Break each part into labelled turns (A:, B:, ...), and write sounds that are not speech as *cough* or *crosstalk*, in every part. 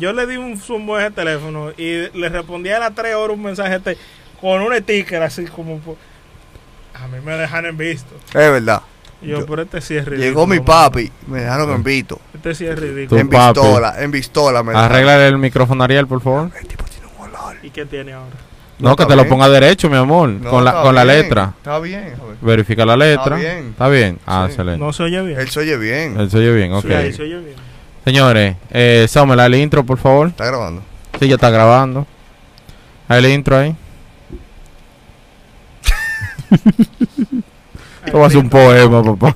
A: Yo le di un zumbo a ese teléfono y le respondí a las 3 horas un mensaje este con un sticker así como... po- A mí me dejan en visto.
B: Es verdad.
A: Y Yo,
B: Yo-
A: pero este sí es ridículo.
B: Llegó mi
A: mano.
B: papi, me dejaron en visto.
A: Este sí es ridículo.
B: En
C: papi.
B: pistola, en pistola me dejaron.
C: Arregla el micrófono Ariel, por favor.
B: El tipo tiene un olor.
A: ¿Y qué tiene ahora?
C: No,
B: No,
C: que
B: está
C: te lo
B: bien.
C: ponga derecho, mi amor.
B: No,
C: con la,
B: está
C: con la
B: bien,
C: letra.
B: Está bien, joven.
C: Verifica la letra.
B: bien.
C: Está bien. Ah,
B: Sí.
C: excelente.
A: No se oye bien.
B: Él se oye bien.
C: Él se oye bien, ok.
A: Sí, ahí se oye bien.
C: Señores, eh, Samuel, el intro, por favor.
B: Está grabando.
C: Sí, ya está grabando. Hazle el
A: *laughs*
C: intro ahí. Esto va a ser un poema,
B: *laughs*
C: papá.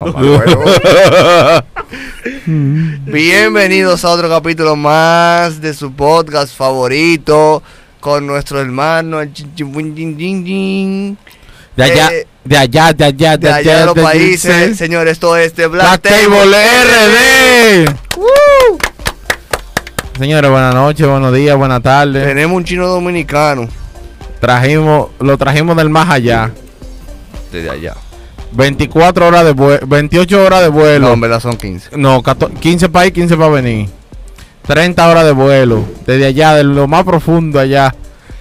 B: Bueno, *laughs* bienvenidos a otro capítulo más de su podcast favorito con nuestro hermano el chin, chin, bun, chin, chin, chin,
C: De allá,
B: Eh,
C: de allá, de allá,
B: de allá de los países. Señor, esto es de
C: La
B: Black
C: Table
B: RD.
C: RD. Señores, buenas noches, buenos días, buenas tardes.
B: Tenemos un chino dominicano
C: Trajimos, lo trajimos del más allá.
B: desde allá.
C: 24 horas de vuelo, 28 horas de
B: No,
C: vuelo.
B: en verdad son 15.
C: No, 14 15 para ir, 15 para venir. 30 horas de vuelo. Desde allá, de lo más profundo allá.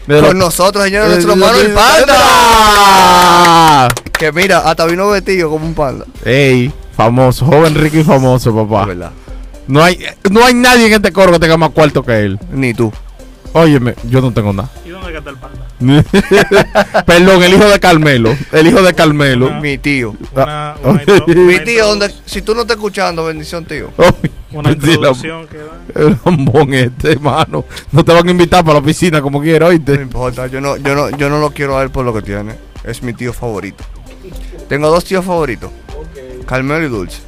C: De
B: Con
C: lo-
B: nosotros, señores,
C: de-
B: Pues nuestro
C: de-
B: hermano
C: de-
B: el panda.
C: ¡Ah!
B: Que mira, hasta vino vestido como un panda.
C: Ey, famoso, joven rico y famoso,
B: Es
C: papá.
B: verdad.
C: No hay, no hay nadie en este coro que tenga más cuarto que él.
B: Ni tú.
C: Óyeme, yo no tengo nada.
A: ¿Y dónde que está el panda?
C: *laughs* Perdón, el hijo de Carmelo. El hijo de Carmelo.
A: Ah.
B: Mi tío.
A: Una,
B: *laughs*
C: Ah.
A: una, intro- una
B: Mi tío,
A: introdu-
B: donde, si tú no estás escuchando, bendición, tío. *laughs*
A: Una
C: Oh, *laughs* Sí, la-
A: introducción que da.
C: el lambón este, hermano. No te van a invitar para la piscina como quiera,
B: No
C: oíste.
B: importa, yo no, yo no, yo no lo quiero a él por lo que tiene. Es mi tío favorito. Tengo dos tíos favoritos. Carmelo y Dulce.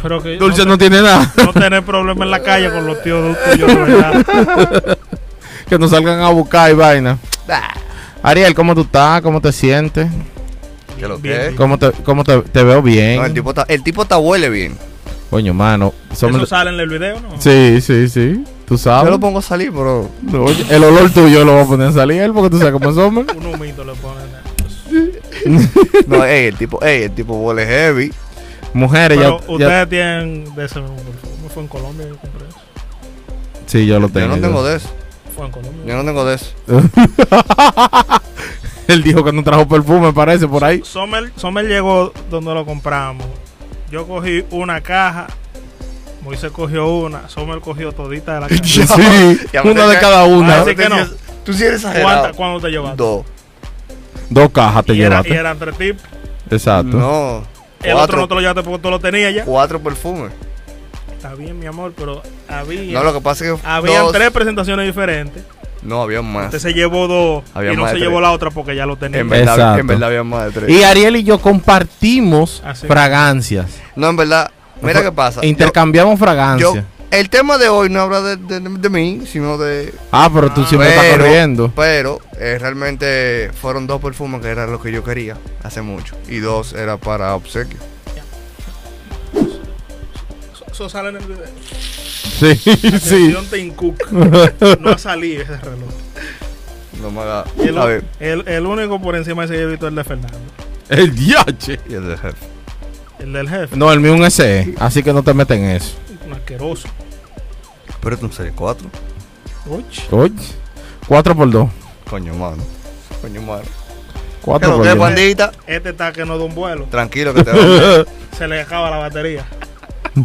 A: Pero que
C: Dulce
A: no,
C: no tiene nada. *laughs*
A: no tener problemas en la calle con los tíos tuyos, de verdad.
C: Que nos salgan a buscar y vaina. Ah.
B: Bah,
C: Ariel, ¿cómo tú estás? ¿Cómo te sientes?
B: *laughs* ¿Qué lo
A: Bien.
B: que es?
C: ¿Cómo te, cómo te, te veo bien?
B: No, el tipo está, el tipo está huele bien.
C: Coño, mano.
A: Eso
C: somos-
A: sale en el video, ¿no?
C: Sí, sí, sí. Tú
B: Yo
C: sabes.
B: lo pongo a salir, pero
C: No, oye, el olor tuyo lo voy a poner a salir porque tú sabes cómo es
A: *laughs*
C: hombre.
A: Un humito le ponen.
C: *laughs*
B: no, ey, el tipo, ey, el tipo huele heavy.
C: Mujeres,
A: Pero
C: ya, ya-
A: ustedes tienen de ese mismo perfume. Fue en Colombia que compré eso.
C: Sí, yo lo
B: Yo
C: tengo.
B: no tengo de eso.
A: Fue en Colombia.
B: Yo no tengo de eso.
C: Él dijo que no trajo perfume, parece, por ahí.
A: Sommer, Sommer llegó donde lo compramos. Yo cogí una caja. Moisés cogió una. Sommer cogió todita de *laughs* la
C: Sí,
A: caja.
B: *laughs* ya me
C: una de
B: tenía-
C: cada una.
A: Ah, sí. que no.
B: Tú sí eres
A: ¿Cuánta,
B: exagerado.
A: ¿Cuándo te llevaste?
B: Dos.
C: Dos cajas te
A: y, era, y
C: llevaste.
A: eran tres tips.
C: Exacto.
B: No.
A: El otro no
B: Cuatro,
A: te lo llevaste porque tú lo tenías ya.
B: cuatro perfumes.
A: Está bien, mi amor, pero había.
B: No, lo que pasa es que
A: Habían
B: dos-
A: tres presentaciones diferentes.
B: No, había más.
A: Usted se llevó dos
B: Había
A: y no
B: más
A: se
B: de
A: llevó
B: tres.
A: la otra porque ya lo tenía.
B: En
C: Exacto.
B: verdad, en verdad había más de tres.
C: Y Ariel y yo compartimos
A: Ah, sí.
C: fragancias.
B: No, en verdad, mira qué pasa.
C: Intercambiamos
B: Yo-
C: fragancias.
B: yo- el tema de hoy no habla de, de- de mí, sino de...
C: ah, pero tú
A: Ah,
C: siempre estás
A: *laughs*
C: corriendo.
B: Pero eh, realmente fueron dos perfumes que eran los que yo quería hace mucho. Y dos era para obsequio.
A: Eso, eso sale en el video.
C: Sí, sí.
A: Atención, Tim Cook. *laughs* No ha salido ese reloj.
B: No me haga...
A: Y el,
B: A ver,
A: el- el único por encima de ese llevito es el de Fernando.
C: El diache.
B: y el de jefe.
A: El del jefe.
C: No, el mío es un SE, así que no te meten en eso.
A: Un asqueroso.
B: Pero tú no serie 4.
A: Uch.
C: Oye, 4 por 2
B: Coño, mano. Coño, mano. ¿Qué
C: 4
B: lo que es,
C: por 2
B: pandita?
A: Este está que no da un vuelo.
B: Tranquilo que te
C: *laughs*
B: va
A: Se le acaba la batería.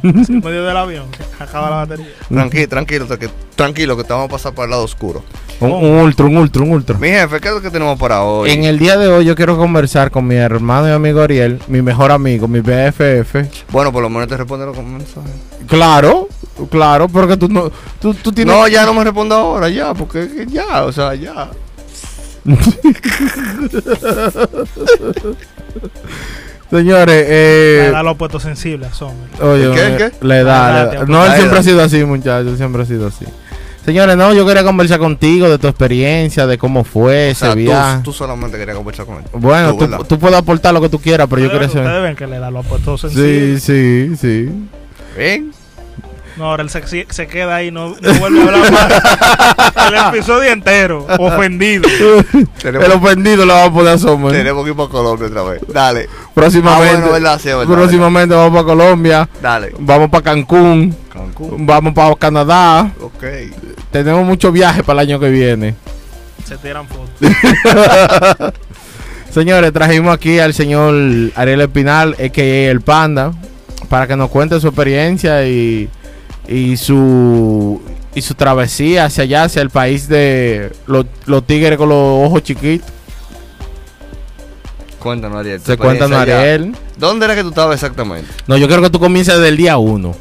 A: en medio del avión. Se acaba la batería.
B: Tranquilo, tranquilo, que, tranquilo que te vamos a pasar para el lado oscuro.
C: Un, un ultra, un ultra, un ultra.
B: Mi jefe, ¿qué es lo que tenemos para hoy?
C: En el día de hoy yo quiero conversar con mi hermano y amigo Ariel, mi mejor amigo, mi BFF.
B: Bueno, por lo menos te responde los mensajes.
C: Claro, claro, porque tú no, tú, tú tienes.
B: No, ya no me respondo ahora, ya, porque es que ya, o sea, ya.
C: Señores,
A: Le
C: eh.
A: da los puestos sensibles, son.
C: Oye,
B: ¿Qué,
C: me-
B: qué?
C: La edad,
A: La
C: la
A: edad, tío.
C: edad. No, él
B: La
C: siempre
B: edad.
C: ha sido así, muchachos, siempre ha sido así. Señores, no, yo quería conversar contigo de tu experiencia, de cómo fue
B: O sea,
C: ese viaje.
B: tú, tú solamente querías conversar con él.
C: bueno,
B: tú,
C: tú,
B: ¿verdad?
C: tú puedes aportar lo que tú quieras, pero yo quiero
A: ustedes,
C: saber.
A: ustedes ven que le da los puestos
C: Sí,
A: sensibles.
C: sí, sí.
B: ¿Ven?
A: No, ahora él se, si- se queda ahí, no, no vuelve a hablar más. El episodio entero, ofendido.
B: Tenemos,
C: El ofendido lo vamos a poner a Sommer.
B: tenemos que ir para Colombia otra vez. Dale.
C: Próximamente,
B: Ah, bueno, verdad, sí, verdad,
C: próximamente vamos para Colombia,
B: Dale.
C: vamos para Cancún,
B: Cancún.
C: vamos para Canadá.
B: Ok.
C: Tenemos muchos viajes para el año que viene.
A: Se tiran fotos.
C: Señores, trajimos aquí al señor Ariel Espinal, a.k.a. El Panda, para que nos cuente su experiencia y, y su y su travesía hacia allá, hacia el país de los, los tigres con los ojos chiquitos.
B: Cuéntanos, Ariel. tu
C: Se cuentan
B: experiencia allá.
C: Ariel.
B: ¿Dónde era que tú estabas exactamente?
C: No, yo quiero que tú comiences del día uno.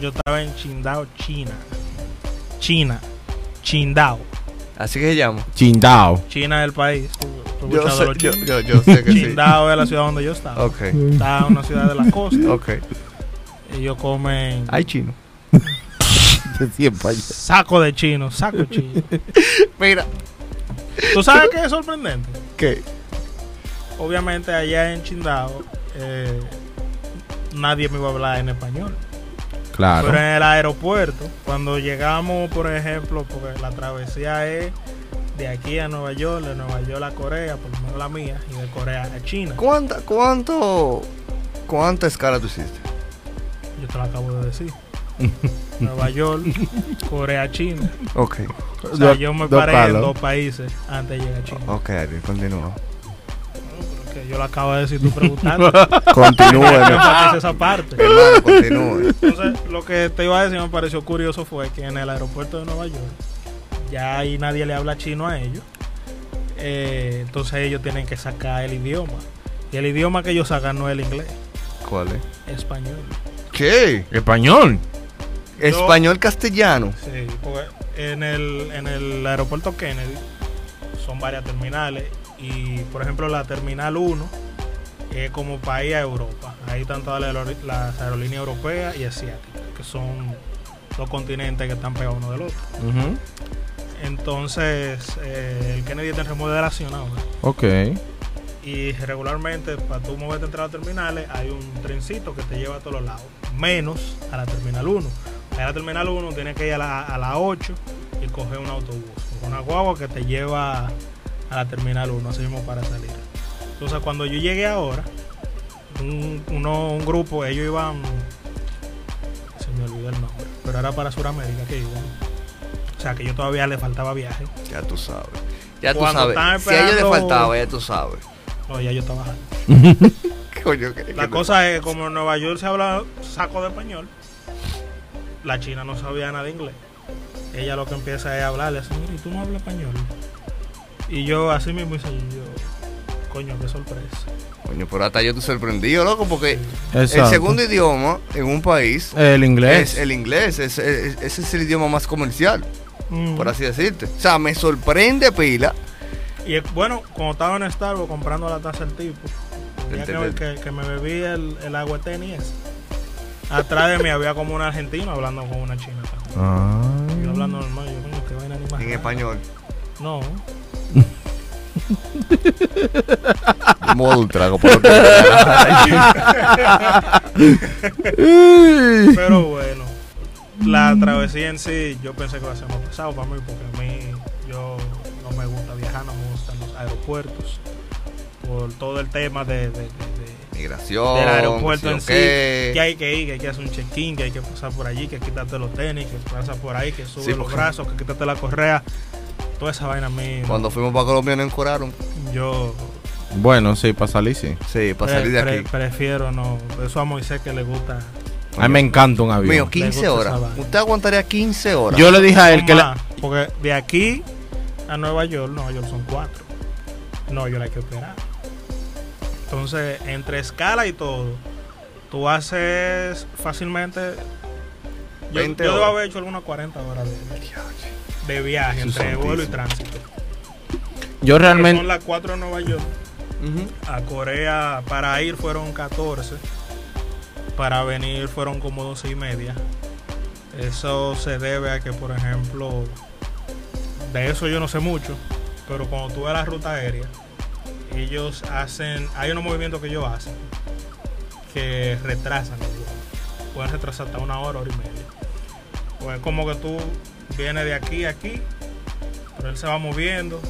A: Yo estaba en Chindao, China. China. Chindao.
B: Así que se llama. *laughs*
C: Chindao.
A: China es el país. Tú- tú
B: Yo
A: escuchas de
B: sé,
A: los
B: yo,
A: chinos.
B: yo, yo sé que sí.
A: Chindao es la ciudad donde yo estaba.
B: Ok.
A: Estaba en una ciudad de la costa.
B: Ok.
A: Ellos comen
B: Hay chino.
A: saco de chino, saco
B: *laughs*
A: chino.
B: Mira.
A: ¿Tú sabes qué es sorprendente?
B: ¿Qué?
A: Obviamente allá en Chindao eh, nadie me iba a hablar en español. Pero
C: Claro.
A: en el aeropuerto, cuando llegamos, por ejemplo, porque la travesía es de aquí a Nueva York, de Nueva York a Corea, por lo menos la mía, y de Corea a China.
B: ¿Cuánta, cuánto, cuánta escala tú hiciste?
A: Yo te lo acabo de
C: *laughs*
A: decir. Nueva York, Corea, China.
B: Ok.
A: O sea,
C: Dos-
A: yo me
C: dos
A: paré en
C: palos. Oh.
A: dos países antes de llegar a China.
B: Ok, Ariel, continúa.
A: Porque yo lo acabo de decir tú
C: *laughs*
A: preguntando.
B: Continúa,
A: Yo
B: *laughs* hermano.
A: enfaticé esa parte.
B: hermano. Continúa.
A: Entonces, lo que te iba a decir me pareció curioso fue que en el aeropuerto de Nueva York, ya ahí nadie le habla chino a ellos. Eh, entonces ellos tienen que sacar el idioma. Y el idioma que ellos sacan no es el inglés,
B: ¿Cuál es?
A: español.
B: ¿Qué?
C: Español.
B: Español castellano.
A: Sí, porque en el, en el aeropuerto Kennedy son varias terminales. Y por ejemplo, la terminal 1 es como país a Europa. Ahí están todas las- las aerolíneas europeas y asiáticas, que son dos continentes que están pegados uno del otro. Entonces, eh, el Kennedy está en remodelación ahora.
C: Ok.
A: Y regularmente, para tú moverte entre las terminales, hay un trencito que te lleva a todos los lados, menos a la terminal 1. A la terminal 1 tienes que ir a la, a la 8 y coger un autobús, o una guagua que te lleva a la terminal 1, así mismo para salir. Entonces, cuando yo llegué ahora, un, uno- un grupo, ellos iban, se me olvidó el nombre, pero era para Sudamérica que iban. O sea, que yo todavía le faltaba viaje.
B: Ya tú sabes. Ya tú
A: Cuando estaban
B: sabes. Si a ellos les
A: esperando-
B: faltaba, ya tú sabes.
A: *laughs* O ya yo estaba jalado.
B: ¿Qué coño? ¿Qué-
A: La
B: qué-
A: cosa es que como en Nueva York se habla saco de español, la china no sabía nada de inglés. Ella lo que empieza es a hablarle así, "Mira, ¿y tú no hablas español? Y yo así mismo hice, yo, coño, qué sorpresa.
B: Coño, pero hasta yo te sorprendido, loco, porque
C: Exacto.
B: el segundo idioma en un país
C: El inglés.
B: es el inglés. Es- es- ese es el idioma más comercial,
A: Mm.
B: por así decirte. O sea, me sorprende pila.
A: Y eh, bueno, cuando estaba en Starbucks comprando la taza del tipo, ya que,
B: Entendete.
A: que- que me bebí el, el agua de tenis, esa, atrás de mí había como un argentino hablando con una china. también.
C: Ah.
A: Yo hablando normal, yo, coño, qué vaina ni más
B: En
A: rara".
B: *laughs* español.
A: No,
B: Mol trago por *laughs* otro.
C: Ey.
A: Pero bueno, la travesía en sí, yo pensé que iba a ser más pesado para mí, porque a mí yo no me gusta viajar, no me gustan los aeropuertos, por todo el tema de, de- de- de-
B: Migración.
A: del aeropuerto
B: Oh, sí o
A: en sí,
B: qué.
A: que hay que ir, que hay que hacer un check-in, que hay que pasar por allí, que quítate los tenis, que pasa por ahí, que sube
B: Sí,
A: los
B: porque-
A: brazos, que quítate la correa, toda esa vaina a mí, no.
B: Cuando fuimos para Colombia no encoraron.
A: yo
C: Bueno, sí, para salir, sí.
B: Sí, para
A: pre-
B: salir de
A: pre-
B: aquí.
A: prefiero no, eso a Moisés que le gusta.
C: A mí me encanta un avión.
B: Mío, 15
A: gusta esa
B: horas.
A: vaina.
B: Usted aguantaría 15 horas.
C: Yo le dije a él
A: Son
C: Ah, que la-
A: más, Porque de aquí a Nueva York, Nueva York son cuatro. Nueva York hay que operar. Entonces, entre escala y todo, tú haces fácilmente. Yo,
B: 20
A: yo debo
B: horas.
A: haber hecho algunas 40 horas de, de viaje
B: Jesús
A: entre vuelo y
B: santísimo.
A: tránsito.
C: yo
A: Porque
C: realmente
A: Son las cuatro de Nueva York.
B: Ujú.
A: A Corea para ir fueron 14. Para venir fueron como 12 y media. Eso se debe a que, por ejemplo, de eso yo no sé mucho, pero cuando tú ves la ruta aérea, ellos hacen, hay unos movimientos que ellos hacen que retrasan el vuelo. Pueden retrasar hasta una hora, hora y media. Pues es como que tú vienes de aquí a aquí, pero él se va moviendo,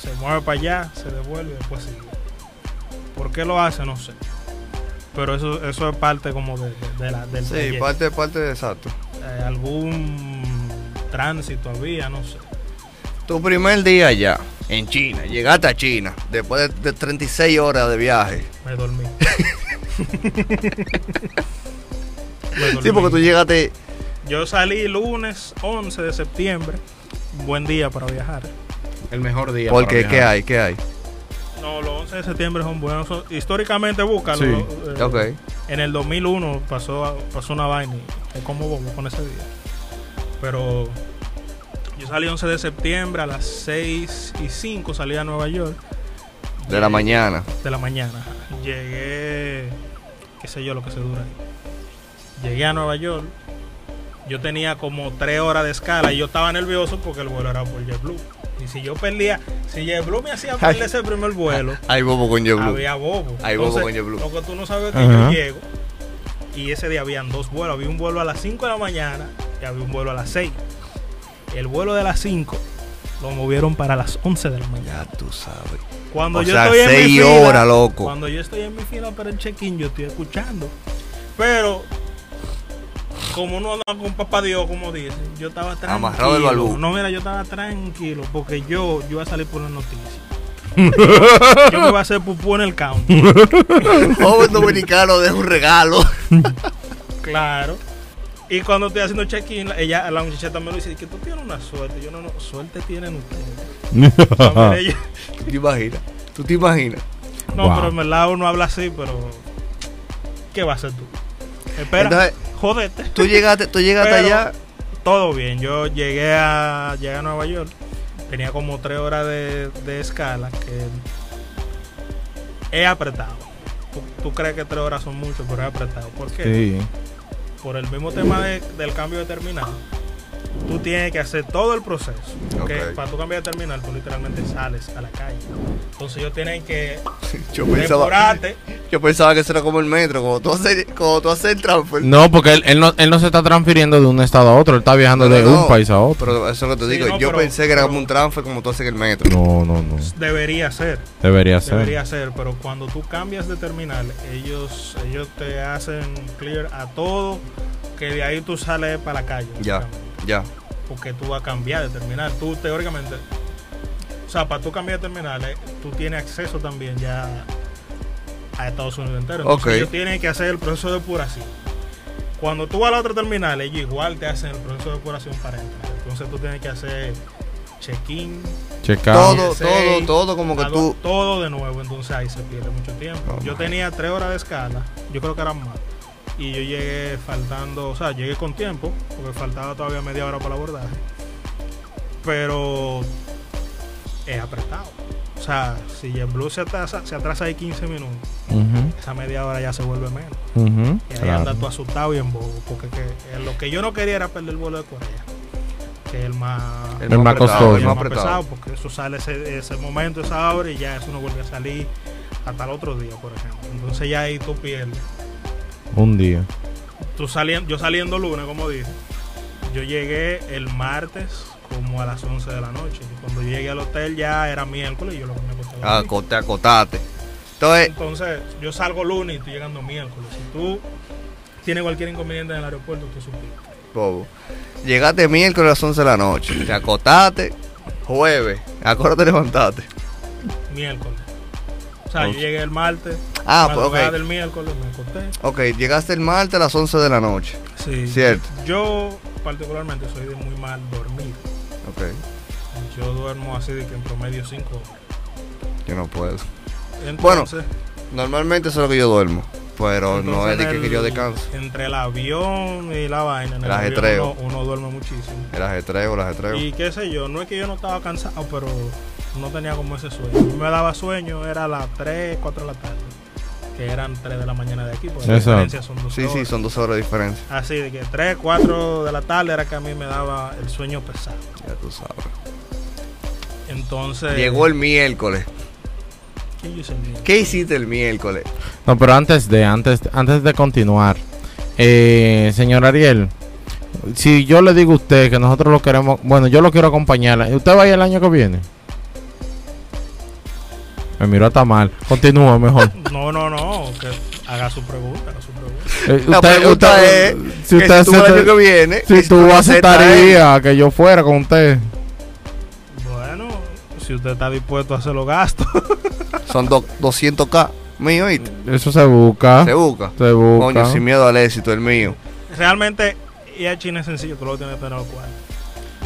A: se mueve para allá, se devuelve y después sigue. ¿Por qué lo hace? No sé. Pero eso, eso es parte como de, de- de la, del
B: Sí,
A: taller.
B: parte, parte de exacto.
A: Eh, algún tránsito había, no sé.
B: Tu primer día allá, en China, llegaste a China, después de, de 36 horas de viaje.
A: Me
B: *laughs*
A: dormí. Me
B: Sí,
A: dormí.
B: porque tú llegaste
A: Yo salí lunes 11 de septiembre. Buen día para viajar.
C: El mejor día.
B: porque,
C: para
B: ¿qué
C: viajar.
B: hay? ¿Qué hay?
A: No, los 11 de septiembre son buenos. Son- históricamente, búscalo.
C: Sí.
A: Eh,
B: Ok.
A: En el 2001 pasó, pasó una vaina. y Es como bobo con ese día. Pero yo salí 11 de septiembre a las 6 y 5. Salí a Nueva York.
B: De la mañana.
A: de la mañana. Llegué, qué sé yo lo que se dura ahí. Llegué a Nueva York. Yo tenía como tres horas de escala y yo estaba nervioso porque el vuelo era por JetBlue. Y si yo perdía, si JetBlue me hacía perder ese primer vuelo,
B: Hay bobo con *laughs* JetBlue.
A: había bobo.
B: Hay bobo con
A: Entonces,
B: JetBlue.
A: Lo que tú no sabes es que
C: Ajá.
A: yo llego y ese día habían dos vuelos. Había un vuelo a las 5 de la mañana y había un vuelo a las 6. El vuelo de las 5 lo movieron para las 11 de la mañana.
B: Ya tú sabes.
A: Cuando
B: O
A: yo
B: sea,
A: estoy en mi
B: seis
A: fila,
B: horas, loco.
A: Cuando yo estoy en mi fila para el check-in, yo estoy escuchando. Pero, como no andaba con papá Dios, como dice, yo estaba tranquilo.
B: Amarrado del balbú.
A: No, mira, yo estaba tranquilo porque yo, yo iba a salir por las
B: *laughs*
A: noticias. yo me iba a hacer pupú en el counter.
B: *laughs* Joven dominicano, deja un regalo. *laughs*
A: Claro. Y cuando estoy haciendo check-in, ella, la muchacha también lo dice, que tú tienes una suerte. Yo no, no, suerte tienen
B: *laughs*
A: ustedes.
C: *laughs*
A: No, mira, yo-
B: ¿Tú te imaginas? ¿Tú te imaginas?
A: No,
C: Wow.
A: pero en verdad uno habla así, pero. ¿Qué va a hacer tú? Espera,
B: Entonces-
A: jódete.
B: Tú llegaste, tú llegaste
A: Pero-
B: allá.
A: Todo bien, yo llegué a, llegué a Nueva York, tenía como tres horas de, de escala que he apretado. Tú, tú crees que tres horas son mucho, pero he apretado. ¿Por qué?
C: Sí.
A: Por el mismo tema de- del cambio de terminal. Tú tienes que hacer todo el proceso. porque
B: Ok.
A: Para tu cambio de terminal, tú literalmente sales a la calle. Entonces, yo tienen que
B: Yo pensaba,
A: depurarte.
B: yo pensaba que eso era como el metro. Como tú haces, como tú haces el transfer.
C: No, porque él, él no, él no se está transfiriendo de un estado a otro, él está viajando de
B: No,
C: un país a otro.
B: Pero eso es lo que te
A: Sí,
B: digo.
A: no,
B: yo
A: pero-
B: pensé que era
A: pero-
B: como un transfer como tú haces en el metro.
C: No, no, no.
A: Debería ser.
C: Debería ser.
A: Debería ser, pero cuando tú cambias de terminal, ellos ellos te hacen clear a todo, que de ahí tú sales para la calle.
B: Ya,
A: básicamente,
B: ya.
A: Porque tú vas a cambiar de terminal. Tú teóricamente, o sea, para tú cambiar de terminal, eh, tú tienes acceso también ya a Estados Unidos entero. Entonces
B: Ok.
A: ellos tienen que hacer el proceso de depuración. Cuando tú vas a la otra terminal, ellos igual te hacen el proceso de depuración para entrar. Entonces tú tienes que hacer check-in,
C: Checado.
B: Todo, todo,
A: Seis,
B: todo como que
A: Hago
B: tú.
A: todo de nuevo, entonces ahí se pierde mucho tiempo.
B: Oh,
A: yo
B: my.
A: tenía tres horas de escala, yo creo que eran más. Y yo llegué faltando, o sea, llegué con tiempo, porque faltaba todavía media hora para el abordaje. Pero es apretado. O sea, si JetBlue se atrasa, se atrasa ahí 15 minutos,
C: Ujú,
A: esa media hora ya se vuelve menos.
C: ujú,
A: Y ahí
C: claro.
A: anda tú asustado y en bobo, porque que- eh, lo que yo no quería era perder el vuelo de Corea, que es el más...
C: El más costoso.
A: Es
B: El
A: más
B: más
A: pesado
B: apretado.
A: porque eso sale ese, ese momento, esa hora y ya eso no vuelve a salir hasta el otro día, por ejemplo. Entonces ya ahí tú pierdes.
C: Un día.
A: Tú salien- yo saliendo lunes, como dije, yo llegué el martes como a las 11 de la noche. Y cuando yo llegué al hotel ya era miércoles y yo lo que me acosté a
B: Ah,
A: dormir.
B: co- te acotaste. Entonces,
A: Entonces yo salgo lunes y estoy llegando miércoles. Si tú tienes cualquier inconveniente en el aeropuerto, tú supiste.
B: bobo. Llegaste miércoles a las 11 de la noche. Te acotaste. Jueves. Acuérdate, levantaste.
A: Miércoles. O sea, yo
B: Ok.
A: llegué el martes,
B: Ah, pues,
A: madrugada
B: ok.
A: del miércoles me acosté.
B: Ok, llegaste el martes a las 11 de la noche.
A: Sí.
B: Cierto.
A: Yo particularmente soy de muy mal dormir.
B: Ok,
A: Yo duermo así de que en promedio 5 horas.
B: yo no puedo. Bueno,
A: Entonces,
B: Normalmente eso es lo que yo duermo. Pero no
A: entonces
B: es de
A: en
B: que, que yo
A: el-
B: descanso.
A: Entre el avión y la vaina, en el
B: El
A: avión
B: ajetreo.
A: uno, uno duerme muchísimo.
B: El ajetreo, el ajetreo.
A: Y qué sé yo, no es que yo no estaba cansado, pero no tenía como ese sueño. A mí me daba sueño, era las 3, 4 de la tarde, que eran 3 de la mañana de aquí, porque las
C: Exacto.
A: diferencias son 12
B: Sí, sí,
A: horas.
B: son dos horas de diferencia.
A: Así de que 3, 4 de la tarde era que a mí me daba el sueño pesado.
B: Ya tú sabes.
A: Entonces,
B: Llegó el miércoles.
A: ¿qué yo hice el día?
B: ¿Qué hiciste el miércoles?
C: No, pero antes de, antes, antes de continuar, eh, señor Ariel, si yo le digo a usted que nosotros lo queremos, bueno, yo lo quiero acompañar, ¿usted va a ir el año que viene? Me miró hasta mal.
B: *laughs*
C: Continúa mejor.
A: No, no, no, que haga su pregunta, haga su pregunta.
C: Eh,
B: La
C: usted-
B: pregunta
C: usted-
B: es
C: si
B: que
C: usted
B: si tú el
C: acepta-
B: año que viene,
C: si
B: que
C: tú
B: lo aceptas, ¿eh?
C: aceptarías que yo fuera con usted.
A: Bueno, si usted está dispuesto a hacer los gastos, *laughs*
B: eh, son do- 200k mío, ¿oíste?
C: Eso se busca.
B: Se busca.
C: Ah. Se busca.
B: Coño, sin miedo al éxito, el mío.
A: realmente ir a China es sencillo, tú lo tienes que tener los cuartos.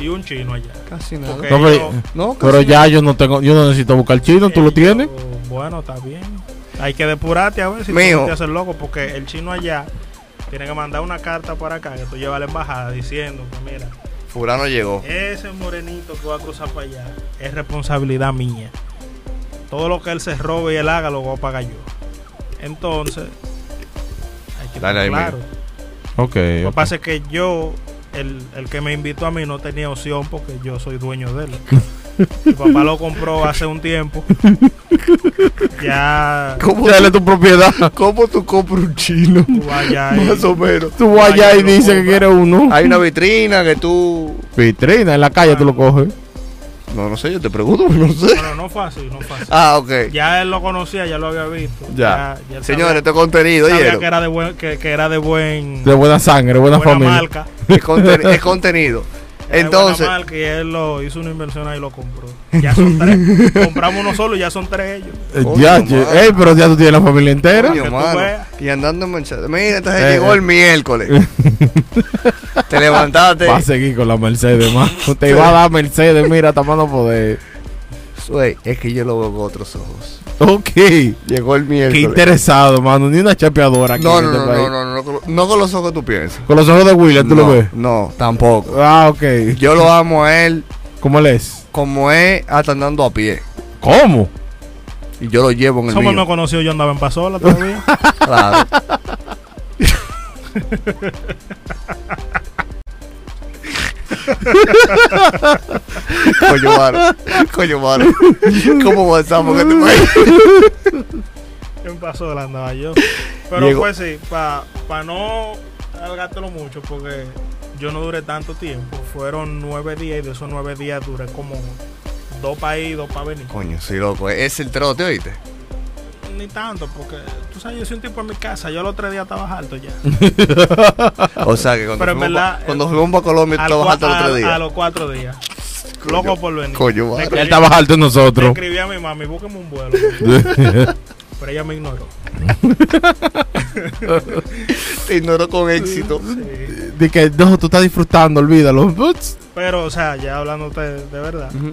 A: Y un chino allá.
B: Casi
A: nada.
B: nada.
A: Ok.
C: No, pero,
A: Ellos-
B: No,
C: pero ya yo no tengo, yo no necesito buscar chino, tú lo
A: Ellos,
C: tienes.
A: Bueno, está bien. Hay que depurarte a ver si
B: Mijo.
A: tú te haces loco, porque el chino allá tiene que mandar una carta para acá que tú llevas a la embajada diciendo que mira,
B: Fulano llegó.
A: ese morenito que va a cruzar para allá es responsabilidad mía. Todo lo que él se robe y él haga lo voy a pagar yo. Entonces, hay que estar
B: Dale ahí,
A: claro.
C: Ok.
A: Lo que
C: ok.
A: pasa es que yo, el, el que me invitó a mí, no tenía opción porque yo soy dueño de él.
B: *laughs*
A: Mi papá lo compró hace un tiempo. Ya
B: ¿Cómo,
C: Dale tu propiedad.
B: ¿Cómo tú compras un chino?
A: tú vayas ahí.
B: Más o menos.
C: Tú vas allá y
A: Ay, yo lo
C: dices que
A: compro.
C: quieres uno.
B: Hay una vitrina que tú.
C: Vitrina, en la calle tú lo coges.
B: No, no sé, yo te pregunto, *laughs* no sé.
A: Bueno, no fue así, no fue así.
B: Ah, ok.
A: Ya él lo conocía, ya lo había visto.
C: Ya.
A: él
B: Señores,
A: sabía-
B: este contenido,
A: sabía
B: oyeron.
A: que era de buen, que, que era de buen
C: De buena sangre, buena,
A: buena
C: familia.
A: marca.
B: Es, conten- es
C: *laughs*
B: contenido. Entonces,
A: Era de buena marca y él lo hizo una inversión ahí y lo compró. Ya son
B: *laughs*
A: tres. Compramos uno solo y ya son tres ellos.
C: Eh,
B: Coño,
C: ya,
B: mano.
C: che, ey, pero ya tú tienes la familia entera.
B: coño,
A: que tú
B: mano,
A: veas.
B: y andando en Mercedes. Mira, entonces
C: Eh,
B: llegó
C: eh.
B: el
C: *laughs*
B: miércoles. te levantaste.
C: Va a seguir con la Mercedes,
B: *laughs*
C: más. Te iba a dar Mercedes, mira, está más no poder.
B: Güey, es que yo lo veo con otros ojos.
C: Ok. Qué
B: Llegó el miércoles.
C: interesado, mano. Ni una chapeadora aquí
B: No,
C: en
B: no,
C: este
B: no,
C: país.
B: no, no, no, con- no con los ojos que tú piensas.
C: Con los ojos de William, ¿tú
B: no,
C: lo ves?
B: No, tampoco.
C: Ah, ok.
B: Yo lo amo a él
C: ¿Cómo él es?
B: como es hasta andando a pie.
C: ¿Cómo?
B: Y yo lo llevo en el
A: Somos
B: mío.
A: no conocidos, yo andaba en Pasola
B: *laughs*
A: todavía.
B: Claro. Coño, mano. Coño, mano. ¿Cómo avanzamos en este país?
A: en Pasola andaba yo. Pero
B: Llegó-
A: pues sí, para no alargártelo mucho, porque yo no duré tanto tiempo. Fueron nueve días y de esos nueve días duré como dos para ir, dos para venir.
B: Coño, sí, loco. eh. Es el trote, ¿oíste?
A: Ni tanto, porque tú sabes, yo soy un tipo en mi casa. Yo los tres días estaba alto ya.
B: O sea, que cuando
A: Pero en
B: fuimos
A: verdad,
B: pa- cuando fuimos para Colombia, tú
A: Al
B: estabas
A: cua-
B: hasta los
A: a-
B: tres
A: A
B: días.
A: los cuatro días.
B: Coño,
A: Loco por venir.
B: coño,
A: Le
B: madre.
A: escribí-
C: Él estaba alto de
A: le
C: nosotros.
A: escribí a mi mami, búsqueme un vuelo. *laughs*
C: *laughs*
A: pero ella me ignoró.
B: Te ignoró con éxito.
A: Sí.
C: De que, no, tú estás disfrutando, olvídalo. Ups.
A: Pero, o sea, ya hablándote de verdad,
B: Ujú.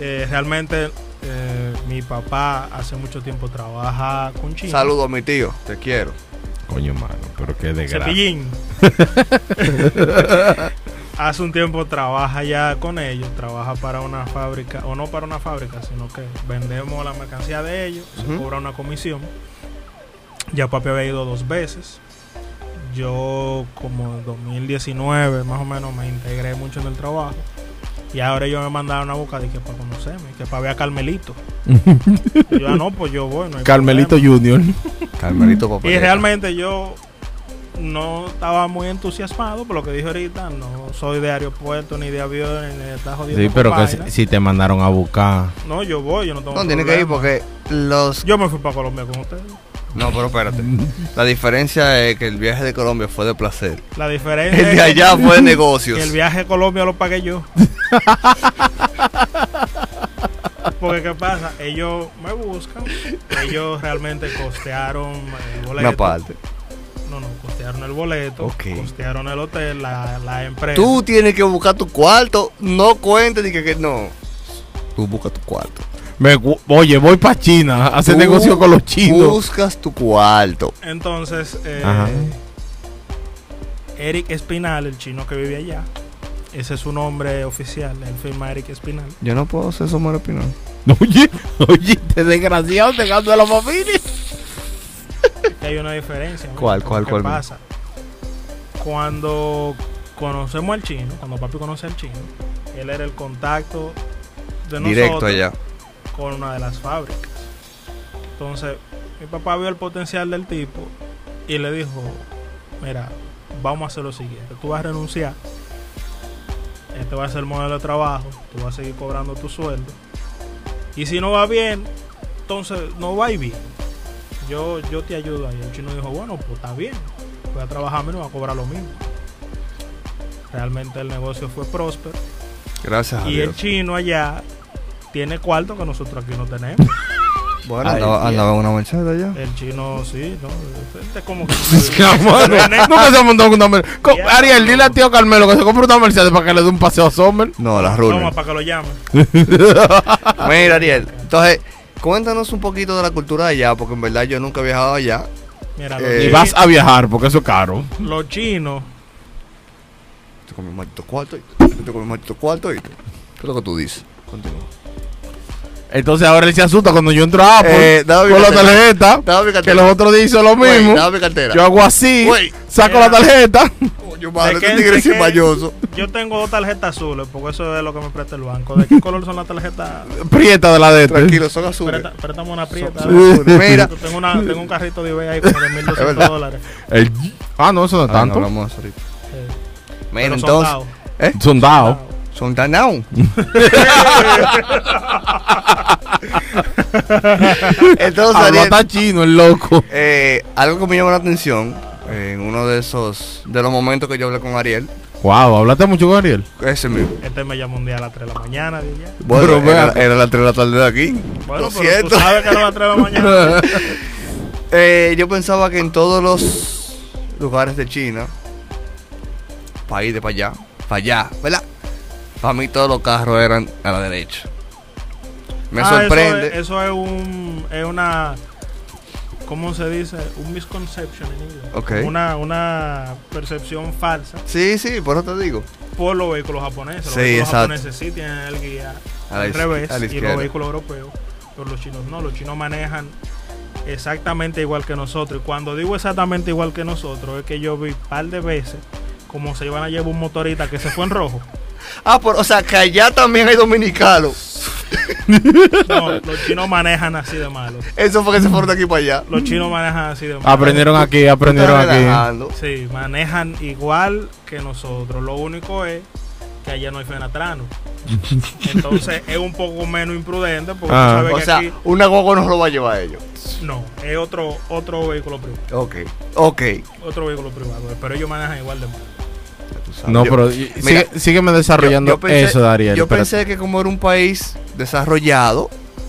A: eh, realmente eh, mi papá hace mucho tiempo trabaja con China.
B: Saludos a mi tío. Te quiero.
C: Coño, mano, pero qué desgracia.
A: Cepillín. hace un tiempo trabaja ya con ellos, trabaja para una fábrica, o no para una fábrica, sino que vendemos la mercancía de ellos, se
B: Ujú.
A: cobra una comisión. Ya papi había ido dos veces. Yo como en 2019 más o menos me integré mucho en el trabajo. Y ahora ellos me mandaron a buscar y que para conocerme, que para ver a Carmelito. Y yo, ah, no, pues yo voy. no hay
C: Carmelito
A: problema.
C: Junior.
B: Carmelito papá.
A: Y realmente yo no estaba muy entusiasmado por lo que dije ahorita. No soy de aeropuerto, ni de aviones, ni de estar jodiendo
C: Sí,
A: con
C: pero que
A: vaina.
C: si, si te mandaron a buscar.
A: No, yo voy, yo no tengo
B: No, tiene que ir
A: problema.
B: porque los...
A: Yo me fui para Colombia con ustedes.
B: No, pero espérate. La diferencia es que el viaje de Colombia fue de placer.
A: La diferencia
B: El de
A: es que- *laughs*
B: allá fue de
A: que,
B: negocios.
A: el viaje a Colombia lo pagué yo. Porque, ¿qué pasa? Ellos me buscan. Ellos realmente costearon el
B: Una
A: boleto.
B: parte.
A: No, no, costearon el boleto.
B: Ok.
A: Costearon el hotel, la, la empresa.
B: Tú tienes que buscar tu cuarto. No cuentes ni que, que- no. Tú buscas tu cuarto.
C: Me gu- oye, voy para China a hacer
B: Tú
C: negocio con los chinos.
B: Buscas tu cuarto.
A: Entonces, eh,
C: Ajá.
A: Eric Espinal, el chino que vive allá, ese es su nombre oficial, él firma Eric Espinal.
B: Yo no puedo ser Somar Espinal.
C: *laughs* Oye, oye, te desgraciado, te gasto la familia.
A: Este Que hay una diferencia. ¿no?
B: ¿Cuál, cuál,
A: ¿Qué
B: cuál?
A: pasa? Cuando conocemos al chino, cuando papi conoce al chino, él era el contacto de nosotros
B: Directo allá.
A: con una de las fábricas. Entonces, mi papá vio el potencial del tipo y le dijo, mira, vamos a hacer lo siguiente. Tú vas a renunciar. Este va a ser el modelo de trabajo. Tú vas a seguir cobrando tu sueldo. Y si no va bien, entonces no va y bien. Yo, yo te ayudo ahí. El chino dijo, bueno, pues está bien. Voy a trabajar menos, voy a cobrar lo mismo. Realmente el negocio fue próspero.
B: Gracias a
A: Y el
B: Dios.
A: chino allá tiene cuarto que nosotros aquí no tenemos.
B: Bueno,
C: Ay,
B: andaba,
C: Dios.
B: andaba en una manchada ya.
A: El chino, sí, no. Este es
B: *laughs*
A: como que. *laughs*
C: Es que, amor, nunca se ha montado con una Mercedes. Co-
A: Ya.
C: Ariel, dile a tío Carmelo que se compre una Mercedes para que le dé un paseo a Sommer.
B: No, las
A: Toma,
B: runas.
A: para que lo llamen.
B: Mira, Ariel. Entonces, cuéntanos un poquito de la cultura de allá, porque en verdad yo nunca he viajado allá.
A: Mira,
B: Eh,
C: Y
A: los,
C: vas a viajar porque eso es caro.
A: chi- los chinos,
B: Estoy con mi maldito cuarto. y- Estoy con mi maldito cuarto. y- ¿Qué es lo que tú dices? Continúa.
C: Entonces ahora él se asusta cuando yo entro a Apple
B: Eh, dame mi
C: con la
B: cartera.
C: tarjeta.
B: Dame mi
C: Que
B: cartera.
C: los otros dicen lo
B: Güey,
C: mismo.
B: Dame mi cartera.
C: Yo hago así,
B: Güey.
C: saco
A: Mira.
C: la tarjeta. *laughs*
B: Coño, madre,
A: ¿De qué-
B: este
A: de
B: tigre es
A: qué?
B: mañoso.
A: yo tengo dos tarjetas azules, porque eso es lo que me presta el banco. ¿De qué color son las tarjetas?
C: Prieta de la de este.
B: Tranquilo, son azules.
A: Presta- Préstame una prieta.
B: Son- son azules. Mira.
A: Yo Tengo, una, tengo un carrito de eBay ahí como de
B: Es
A: 1200
B: verdad.
A: dólares.
C: El- Ah, no, eso no es
B: Ah, no,
C: tanto.
B: hablamos ahorita.
A: Eh,
B: Mira,
A: pero son
B: entonces.
A: dados,
C: Son dados.
A: dados.
B: Son tan
C: *laughs*
B: down. Entonces,
C: Habla
B: Ariel,
C: Ah, está chino, el loco.
B: eh, algo que me llamó la atención eh, en uno de esos, de los momentos que yo hablé con Ariel,
C: Wow, hablaste mucho con Ariel.
B: ese mismo.
A: Este me llamó un día a las 3 de la mañana. dije, ya.
B: Bueno,
C: Pero
B: era,
C: vea.
B: era las 3 de la tarde de aquí.
A: Bueno, pero
B: Lo
A: tú
B: siento.
A: sabes que era las 3 de la mañana.
B: *laughs* Eh, yo pensaba que en todos los lugares de China, país de para allá, para allá, ¿verdad? Para mí todos los carros eran a la derecha. Me
A: Ah, eso
B: sorprende.
A: es- Eso es, un, es una. ¿Cómo se dice? Un misconception en inglés.
B: Ok.
A: Una, una percepción falsa
B: Sí, sí, por eso te digo.
A: por los vehículos japoneses. Los
B: Sí,
A: vehículos
B: exacto.
A: japoneses sí tienen el guía
B: A la
A: al
B: iz-
A: revés
B: a la
A: y los
B: izquierda.
A: vehículos europeos, pero los chinos no. Los chinos manejan exactamente igual que nosotros. Y cuando digo exactamente igual que nosotros, es que yo vi un par de veces como se iban a llevar un motorista que se fue en
B: *laughs*
A: rojo.
B: Ah, por, o sea, que allá también hay dominicanos.
A: No, los chinos manejan así de malo.
B: Eso fue que se fueron de aquí para allá.
A: Los chinos manejan así de malo.
C: Aprendieron aquí, aprendieron
B: Están
C: aquí.
B: relajando.
A: Sí, manejan igual que nosotros. Lo único es que allá no hay
B: *laughs*
A: fenatrano. Entonces es un poco menos imprudente porque tú
C: Ah.
A: sabes
B: O
A: que
B: sea,
A: aquí
B: una guagua nos lo va a llevar a ellos.
A: no, es otro otro vehículo privado,
B: Ok, ok.
A: otro vehículo privado, pero ellos manejan igual de mal.
B: Tú sabes.
C: No,
B: Yo-
C: pero y-
B: mira,
C: sigue- sígueme desarrollando
B: yo- yo pensé-
C: eso de Ariel.
B: Yo
C: espérate.
B: pensé que como era un país desarrollado,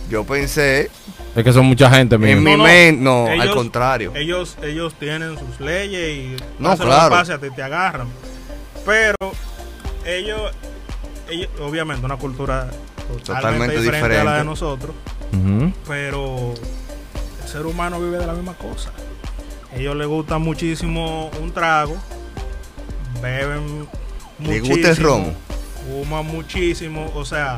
B: yo pensé
C: Es que son mucha gente, mío.
B: en mi
A: No, no.
B: mente, no, al
A: Ellos-
B: contrario.
A: Ellos ellos tienen sus leyes y
B: No,
A: hacen lo que
B: claro.
A: pase, a ti te agarran. Pero ellos, ellos obviamente una cultura totalmente,
B: Totalmente
A: diferente, a la
B: diferente.
A: de nosotros.
C: Ujú.
A: pero el ser humano vive de la misma cosa. Ellos les gusta muchísimo un trago, beben muchísimo,
B: ¿Le gusta el ron?
A: fuman muchísimo, o sea,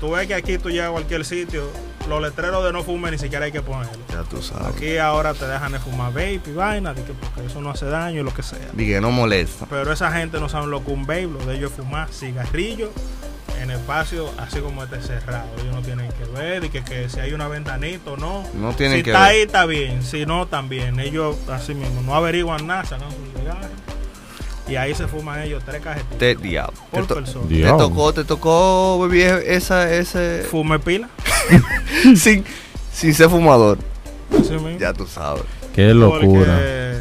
A: tú ves que aquí tú llegas a cualquier sitio, los letreros de no fumen ni siquiera hay que ponerlos.
B: Ya tú sabes.
A: Aquí ahora te dejan de fumar vape y vaina, de que porque eso no hace daño y lo que sea.
B: Dije, no molesta.
A: Pero esa gente no sabe lo que un vape, lo de ellos es fumar cigarrillo en espacio así como este cerrado. Ellos no tienen que ver, y que, que si hay una ventanita o no.
B: No
A: Si
B: tienen que
A: está
B: ver.
A: ahí está bien, si no también. Ellos así mismo no averiguan nada, sacan sus cigarros y ahí se fuman ellos tres cajetillas
B: Te diablo.
A: por
B: Te, to-
A: persona.
C: Dios.
B: te tocó, te tocó, bebé, esa, ese.
A: Fume pila,
B: *laughs* sin, sin ser fumador.
A: así mismo.
B: Ya tú sabes.
C: Qué locura.
A: Porque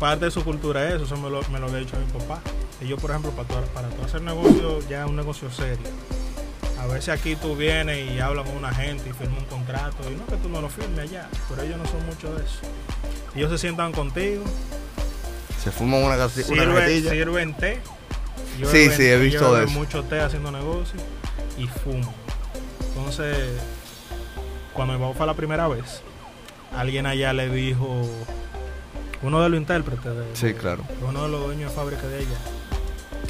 A: parte de su cultura es eso, eso me lo, me lo había dicho mi papá. Y yo, por ejemplo, para tú, para tú hacer negocio, ya es un negocio serio. A veces aquí tú vienes y hablas con una gente y firmas un contrato, y no que tú no lo firmes allá, pero ellos no son mucho de eso. Ellos se sientan contigo,
B: Se fuma una, gasi- una
A: sirven,
B: cajetilla.
A: sirven té. Ellos
B: Sí,
A: beben-
B: sí, he
A: ellos
B: visto
A: beben
B: eso.
A: mucho té haciendo negocio y fuman. Entonces, cuando mi papá fue la primera vez, alguien allá le dijo, uno de los intérpretes de,
B: Sí, claro.
A: uno de los dueños de fábrica de ella,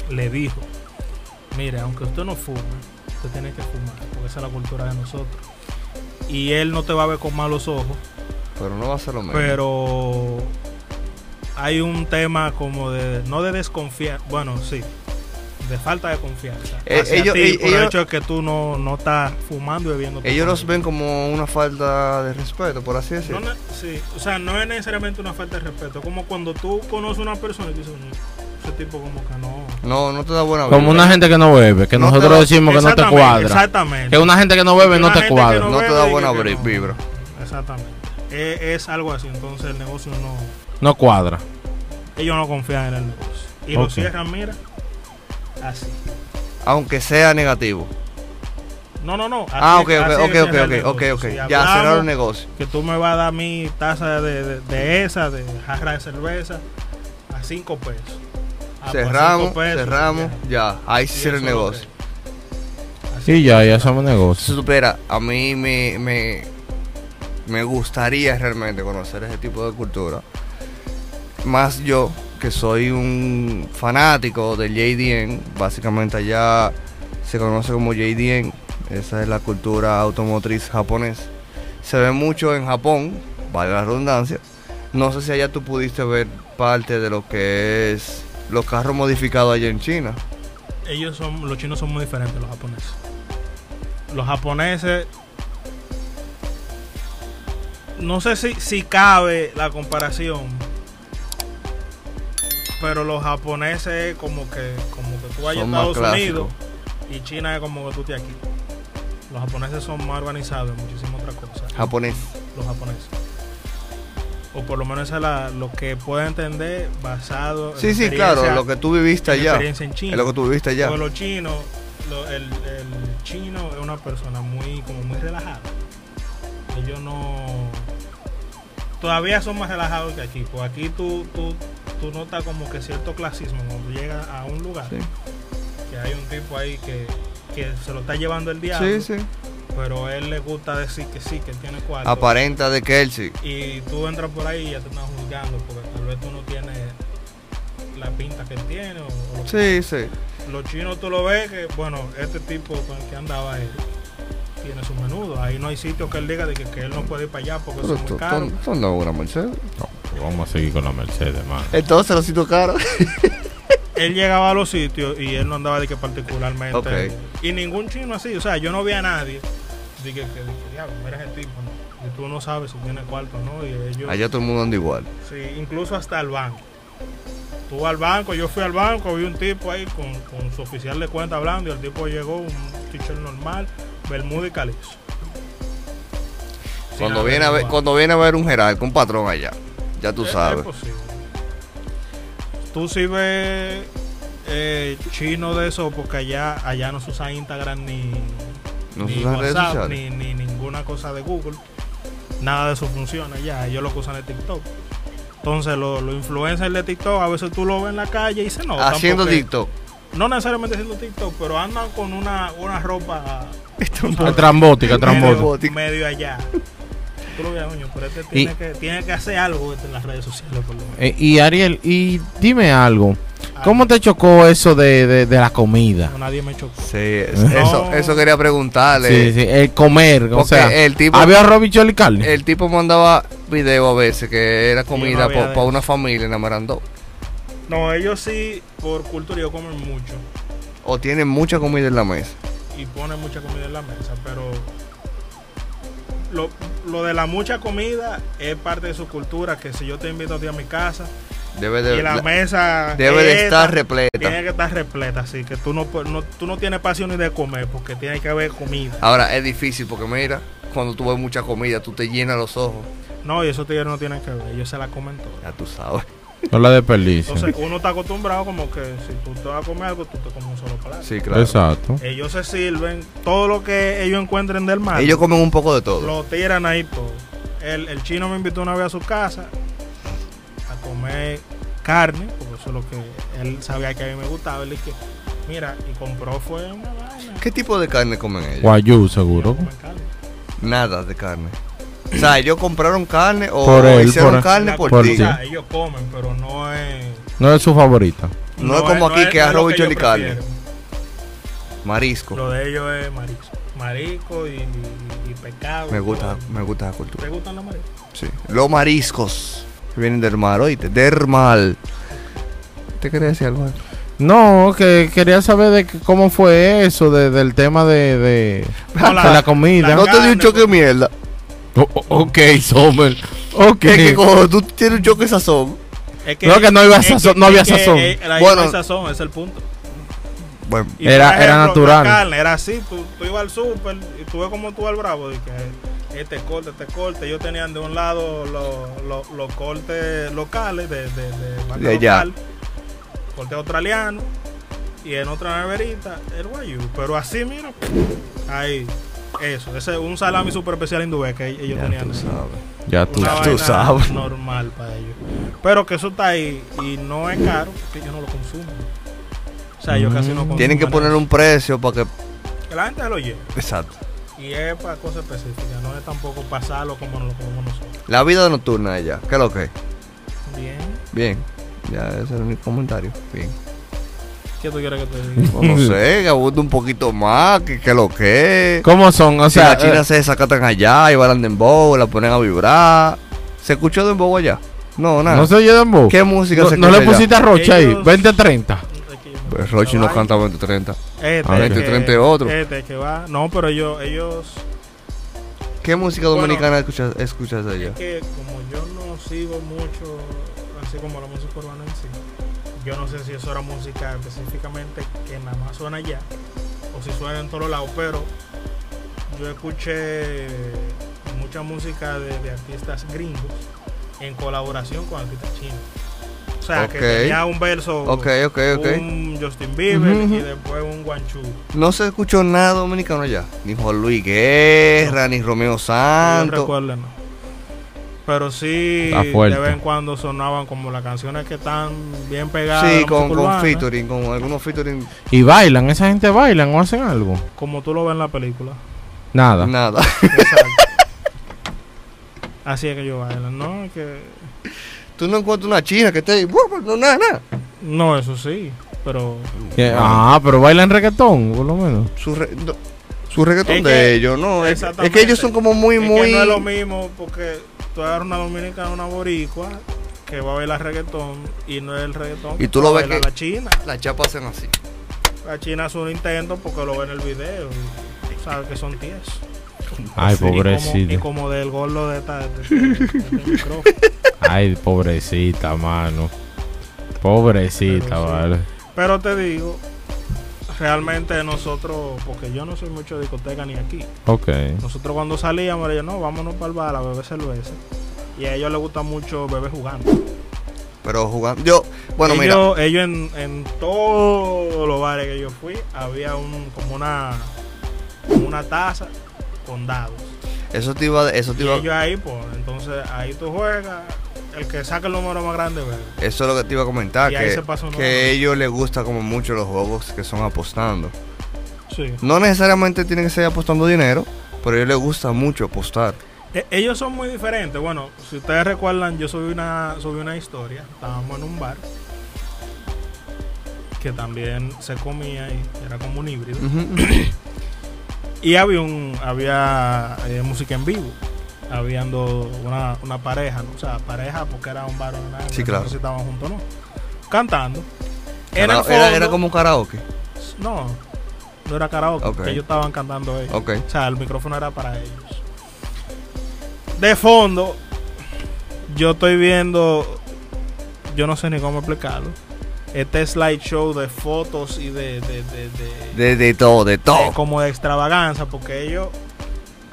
A: le dijo, mire, aunque usted no fume, usted tiene que fumar, porque esa es la cultura de nosotros. Y él no te va a ver con malos ojos,
B: Pero no va a ser lo mismo.
A: pero hay un tema como de, no de desconfiar, bueno, sí, de falta de confianza.
B: Eh,
A: hacia
B: ellos-
A: ti,
B: eh,
A: por el
B: ellos-
A: hecho de que tú no, no estás fumando y bebiendo. tu
B: Ellos los
A: comida.
B: ven como una falta de respeto, por así
A: No,
B: decirlo.
A: ne- sí, o sea, no es necesariamente una falta de respeto. Como cuando tú conoces a una persona y tú dices, "No, ese tipo como que no.
B: No, no te da buena
C: Como
B: vibra.
C: una gente que no bebe, que
B: No te
C: nosotros
B: va-
C: decimos que no te
A: Exactamente,
C: cuadra.
A: Exactamente.
C: Que una gente que no bebe
A: Una
C: no te
A: gente que
C: cuadra.
B: No te
A: bebe
B: da
A: y
B: buena
A: que
B: bri- vibra.
A: Exactamente. Es, es algo así, entonces el negocio no.
C: No cuadra.
A: Ellos no confían en el negocio. Y
C: Ok.
A: lo cierran, mira, así.
B: Aunque sea negativo.
A: No, no, no. así
B: Ah,
A: es-
B: ok,
A: así
B: ok,
A: es
B: ok,
A: que
B: ok,
A: cierra
B: ok,
A: el
B: ok,
A: negocio.
B: ok.
A: Si
B: Ya
A: hablamos
B: cerraron el negocio.
A: Que tú me vas a dar mi taza de, de- de esa, de jarra de cerveza, a 5 pesos. Ah, pues, a
B: Cerramos,
A: cinco pesos,
B: cerramos,
A: ya.
B: ya. Ahí se
A: Y
B: cierra el
A: eso es lo
B: negocio.
A: que- así
C: Sí,
A: es.
C: ya, ya somos
B: Se
C: negocios.
B: supera, a mí me, me, me gustaría realmente conocer ese tipo de cultura. Más yo, que soy un fanático del JDN, básicamente allá se conoce como JDN, esa es la cultura automotriz japonesa. Se ve mucho en Japón, vale la redundancia. No sé si allá tú pudiste ver parte de lo que es los carros modificados allá en China.
A: ellos son los chinos son muy diferentes a los japoneses los japoneses no sé si, si cabe la comparación pero los japoneses como que como que tú vayas a
B: Son más
A: Estados
B: clásicos.
A: Unidos y China es como que tú te aquí los japoneses son más organizados en muchísimas otras cosas
B: Japonés.
A: los japoneses o por lo menos esa es la- lo que puedo entender basado en
B: Sí, sí,
A: experiencia-
B: claro, lo que tú viviste
A: en
B: allá.
A: experiencia en China
B: Es lo que tú viviste allá.
A: Porque los chinos, lo- el, el chino es una persona muy, como muy relajada. Ellos no. Todavía son más relajados que aquí. Pues aquí tú, tú, tú notas como que cierto clasismo cuando tú llegas a un lugar.
B: Sí.
A: Que hay un tipo ahí que, que se lo está llevando el diablo.
B: Sí, sí.
A: Pero a él le gusta decir que sí, que él tiene cuarto.
B: Aparenta de Kelsey.
A: Y tú entras por ahí y ya te están juzgando porque tal vez tú no tienes la pinta que él tiene o, o lo que
B: Sí, sí.
A: los chinos tú lo ves que, bueno, este tipo con el que andaba él tiene su menudo. Ahí no hay sitio que él diga de que, que él no puede ir para allá porque eso
B: Pero
A: es
B: tú,
A: muy caro.
B: tú- tú no pues una Mercedes.
C: vamos a seguir con la Mercedes, man.
B: Entonces lo siento caro.
A: Él llegaba a los sitios y él no andaba de que particularmente.
B: Ok.
A: Y ningún chino así, o sea, yo no vi a nadie. Dije que, de que, diablo, mira ese tipo, ¿no? Y tú no sabes si tiene cuarto o no. Y ellos,
B: *laughs* Allá todo el mundo anda igual.
A: sí, incluso hasta el banco. Tú al banco, yo fui al banco, vi un tipo ahí con, con su oficial de cuenta hablando y el tipo llegó, un teacher normal, Bermuda y Calixto. Sin
B: Cuando
A: haber
B: viene, a ver,
A: jugado.
B: cuando viene a ver un jerarca, un patrón allá, ya tú
A: Es- es
B: sabes.
A: posible. Tú sí ves eh, chino de eso, porque allá, allá no se usa Instagram ni,
B: No se
A: ni
B: usan redes
A: WhatsApp, ni,
B: sociales.
A: ni ninguna cosa de Google. Nada de eso funciona allá. Ellos lo que usan es TikTok. Entonces, los los influencers de TikTok, a veces tú lo ves en la calle y se nota.
B: Haciendo
A: porque-
B: TikTok.
A: No necesariamente haciendo TikTok, pero andan con una, una
C: *laughs*
A: ropa
C: Este Ah, Trambótica, trambótica.
B: Trambótica.
A: medio, medio allá.
B: *laughs*
A: Tú lo ves, coño, pero este tiene,
C: Y-
A: que, tiene que hacer algo este, en las redes sociales, por lo menos.
C: Eh, y Ariel, y dime algo. ¿Cómo te chocó eso de, de- de la comida?
A: Ah, No, nadie me chocó.
B: Sí, es- Eh, eso, eso quería preguntarle.
C: Sí, sí, el comer, o
B: Porque eh,
C: sea,
B: el tipo-
C: había robichol y carne.
B: El tipo mandaba video a veces que era
A: no
B: comida
A: había
B: para
A: de eso.
B: una familia en Amarandó.
A: No, ellos sí, por cultura, ellos comen mucho
B: O tienen mucha comida en la mesa.
A: y ponen mucha comida en la mesa, pero lo, lo de la mucha comida es parte de su cultura, que si yo te invito a ti a mi casa
B: Debe de,
A: y la
B: la-
A: mesa
B: debe de
A: esa
B: estar repleta.
A: Tiene que estar repleta, así que tú no, pu- no- tú no tienes pasión ni de comer porque tiene que haber comida.
B: Ahora es difícil porque mira, cuando tú ves mucha comida, tú te llenas los ojos.
A: No, y eso tigres no tienen que ver, ellos se la comen toda.
B: Ya tú sabes.
C: No la desperdicias.
A: Entonces uno está acostumbrado como que si tú te vas a comer algo, tú te comes un solo plato.
B: Sí, claro. Eh,
C: Exacto.
A: Ellos se sirven todo lo que ellos encuentren del mar.
B: Ellos comen un poco de todo.
A: Lo tiran ahí todo. El, el chino me invitó una vez a su casa a comer carne, porque eso es lo que él sabía que a mí me gustaba. Él dije, mira, y compró fue una vaina.
B: ¿Qué tipo de carne comen ellos?
C: Guayú,
A: Y yo
C: seguro.
A: comí carne.
B: Nada de carne. O sea, ellos compraron carne o
C: Por él,
B: hicieron
C: por-
B: carne
A: La
B: por,
C: por
A: comida,
B: ti.
A: o sea, ellos comen, pero no es.
C: No es su favorita.
B: No es como aquí, que
A: no es
B: arroz,
A: lo
B: bichuela y
A: yo
B: carne.
A: prefiero.
B: Marisco.
A: Lo de ellos es marisco. Marisco y, y- y pescado.
B: Me
A: y
B: gusta,
A: todo.
B: me gusta esa cultura.
A: ¿Te gustan los mariscos?
B: Sí. Los mariscos que vienen del mar, oíste, del mal. ¿Te quería decir algo? Ángel?
C: No, que quería saber de que- cómo fue eso, de- del tema de, de-
A: No, la-
C: de la comida.
B: No te di un
A: carne,
B: choque de mierda.
C: O- o- ok, Sommer. Ok.
B: Que, que cuando tú tienes un choque de sazón.
A: Es
C: No, que no iba sazón, no había
A: es que,
C: sazón.
A: eh, ahí
B: Bueno.
A: no hay sazón, ese es el punto.
B: Bueno,
A: por
C: Era- era natural.
A: La carne era así, tú, tú ibas al súper y tú ves como tú al bravo, de que este corte, este corte. Ellos tenían de un lado los los- los cortes locales de, de, de marca
B: De allá.
A: local, corte australiano, y en otra neverita el guayú. Pero así, mira, ahí, eso. Ese es un salami super especial hindúes que ellos
B: ya
A: tenían.
B: tú sabes.
C: Ya tú.
A: Una
B: tú
A: vaina
B: sabes.
A: normal para ellos. Pero que eso está ahí y no es caro, que ellos no lo consumen. O sea, ellos casi no
C: Mm.
A: consumen.
B: Tienen que poner un precio para que.
A: eso. Que la gente se lo lleve.
B: Exacto.
A: Y es para cosas específicas, no es tampoco pasarlo como lo comemos nosotros.
B: La vida nocturna de ella. ¿Qué es lo que? es?
A: Bien.
B: Bien. Ya, ese es mi comentario. Bien.
A: ¿Qué tú quieres que te diga?
C: *laughs*
B: No, no sé, que abunde un poquito más. ¿Qué que lo que? es.
C: ¿Cómo son? O
B: si
C: sea, eh,
B: las chinas se desacatan allá y bailan dembow, la ponen a vibrar. ¿Se escuchó dembow allá? No,
C: eh,
B: nada.
C: no se oye dembow.
B: ¿Qué música
C: No,
B: se
C: no
B: escucha
C: le pusiste a Rocha ahí,
A: Ellos-
C: 20-30.
A: Aquí yo me-
B: Pues Rochi no
A: Ay,
B: canta 2030.
A: Este,
C: Ah,
A: que-
B: este, treinta y otro.
A: Este que va. No, pero ellos, ellos
B: ¿Qué música
A: Bueno.
B: dominicana escuchas, escuchas allá?
A: es que como yo no sigo mucho, así como la música urbana en sí, yo no sé si eso era música específicamente que nada más suena allá, o si suena en todos lados, pero yo escuché mucha música de, de artistas gringos en colaboración con artistas chinos. O sea,
B: Ok.
A: que tenía un verso,
B: Ok, ok, ok.
A: un Justin Bieber
C: Ujú,
A: y
C: ujú.
A: después un Guanchu.
B: No se escuchó nada dominicano allá. Ni Juan Luis Guerra, ni Romeo
A: No
B: Santos.
A: recuerdo, no. Pero sí,
C: Está
A: de
C: fuerte.
A: vez en cuando sonaban como las canciones que están bien pegadas. a la
B: Sí,
A: música
B: con, con
A: urbana,
B: featuring, con algunos featuring,
C: Y bailan, esa gente bailan o hacen algo.
A: Como tú lo ves en la película. *laughs*
C: Nada.
B: nada.
A: Exacto. Así es que yo bailo, ¿no? Es Que...
B: Tú no encuentras una china que esté ahí, Pues, no, nada, nada.
A: No, eso sí, pero...
C: Que- Ah, pero bailan reggaetón, por lo menos.
B: Su, re- no, su reggaetón
A: Es
B: de
A: que-
B: ellos, no. Es, es
A: exactamente.
B: que ellos son como muy,
A: es que
B: muy.
A: no es lo mismo porque tú eres una dominicana, una boricua, que va a bailar reggaetón y no es el reggaetón.
B: Y tú
A: que
B: lo
A: va a
B: ves
A: bailar
B: que-
A: la china.
B: Las chapas hacen así.
A: La china hace un intento porque lo ve en el video. y Sabe que son tiesos.
C: Ay,
A: Y como- Y
C: pobrecita.
A: como del gordo de esta. de- este- de- de- del micrófono.
C: Ay, pobrecita, mano. Pobrecita,
A: Pero sí.
C: vale.
A: Pero te digo, realmente nosotros, porque yo no soy mucho de discoteca ni aquí.
C: Ok.
A: Nosotros cuando salíamos, era yo no, vámonos para el bar a beber cerveza. Y a ellos les gusta mucho beber jugando.
B: Pero jugando. Yo, bueno, mira.
A: ellos, ellos en, en todos los bares que yo fui, había un, como una, como una taza con dados.
B: Eso te iba. Eso te
A: Y
B: iba
A: ellos ahí, pues, entonces ahí tú juegas. El que saca el número más grande, bebe.
B: Eso es lo que te iba a comentar,
A: Y ahí se
B: que,
A: pasa uno
B: que
A: ganando.
B: a ellos les gusta como mucho los juegos que son apostando.
A: Sí.
B: No necesariamente tienen que ser apostando dinero, pero a ellos les gusta mucho apostar.
A: E- Ellos son muy diferentes. Bueno, si ustedes recuerdan, yo subí una, subí una historia. Estábamos en un bar que también se comía y era como un híbrido. Y había un había eh, música en vivo. Habiendo una, una pareja, ¿no? o sea, pareja porque era un bar o una-
B: Sí, claro.
A: No sé si estaban juntos, ¿no? Cantando. En
B: Cara-
A: el
B: era, era
A: fondo-
B: como karaoke.
A: No, no era karaoke,
B: Ok.
A: que ellos estaban cantando ellos.
B: Ok.
A: O sea, el micrófono era para ellos. De fondo, yo estoy viendo, yo no sé ni cómo explicarlo, este slideshow de fotos y de, de, de- de-
B: De, de todo,
A: de
B: de todo.
A: como de extravaganza, porque ellos,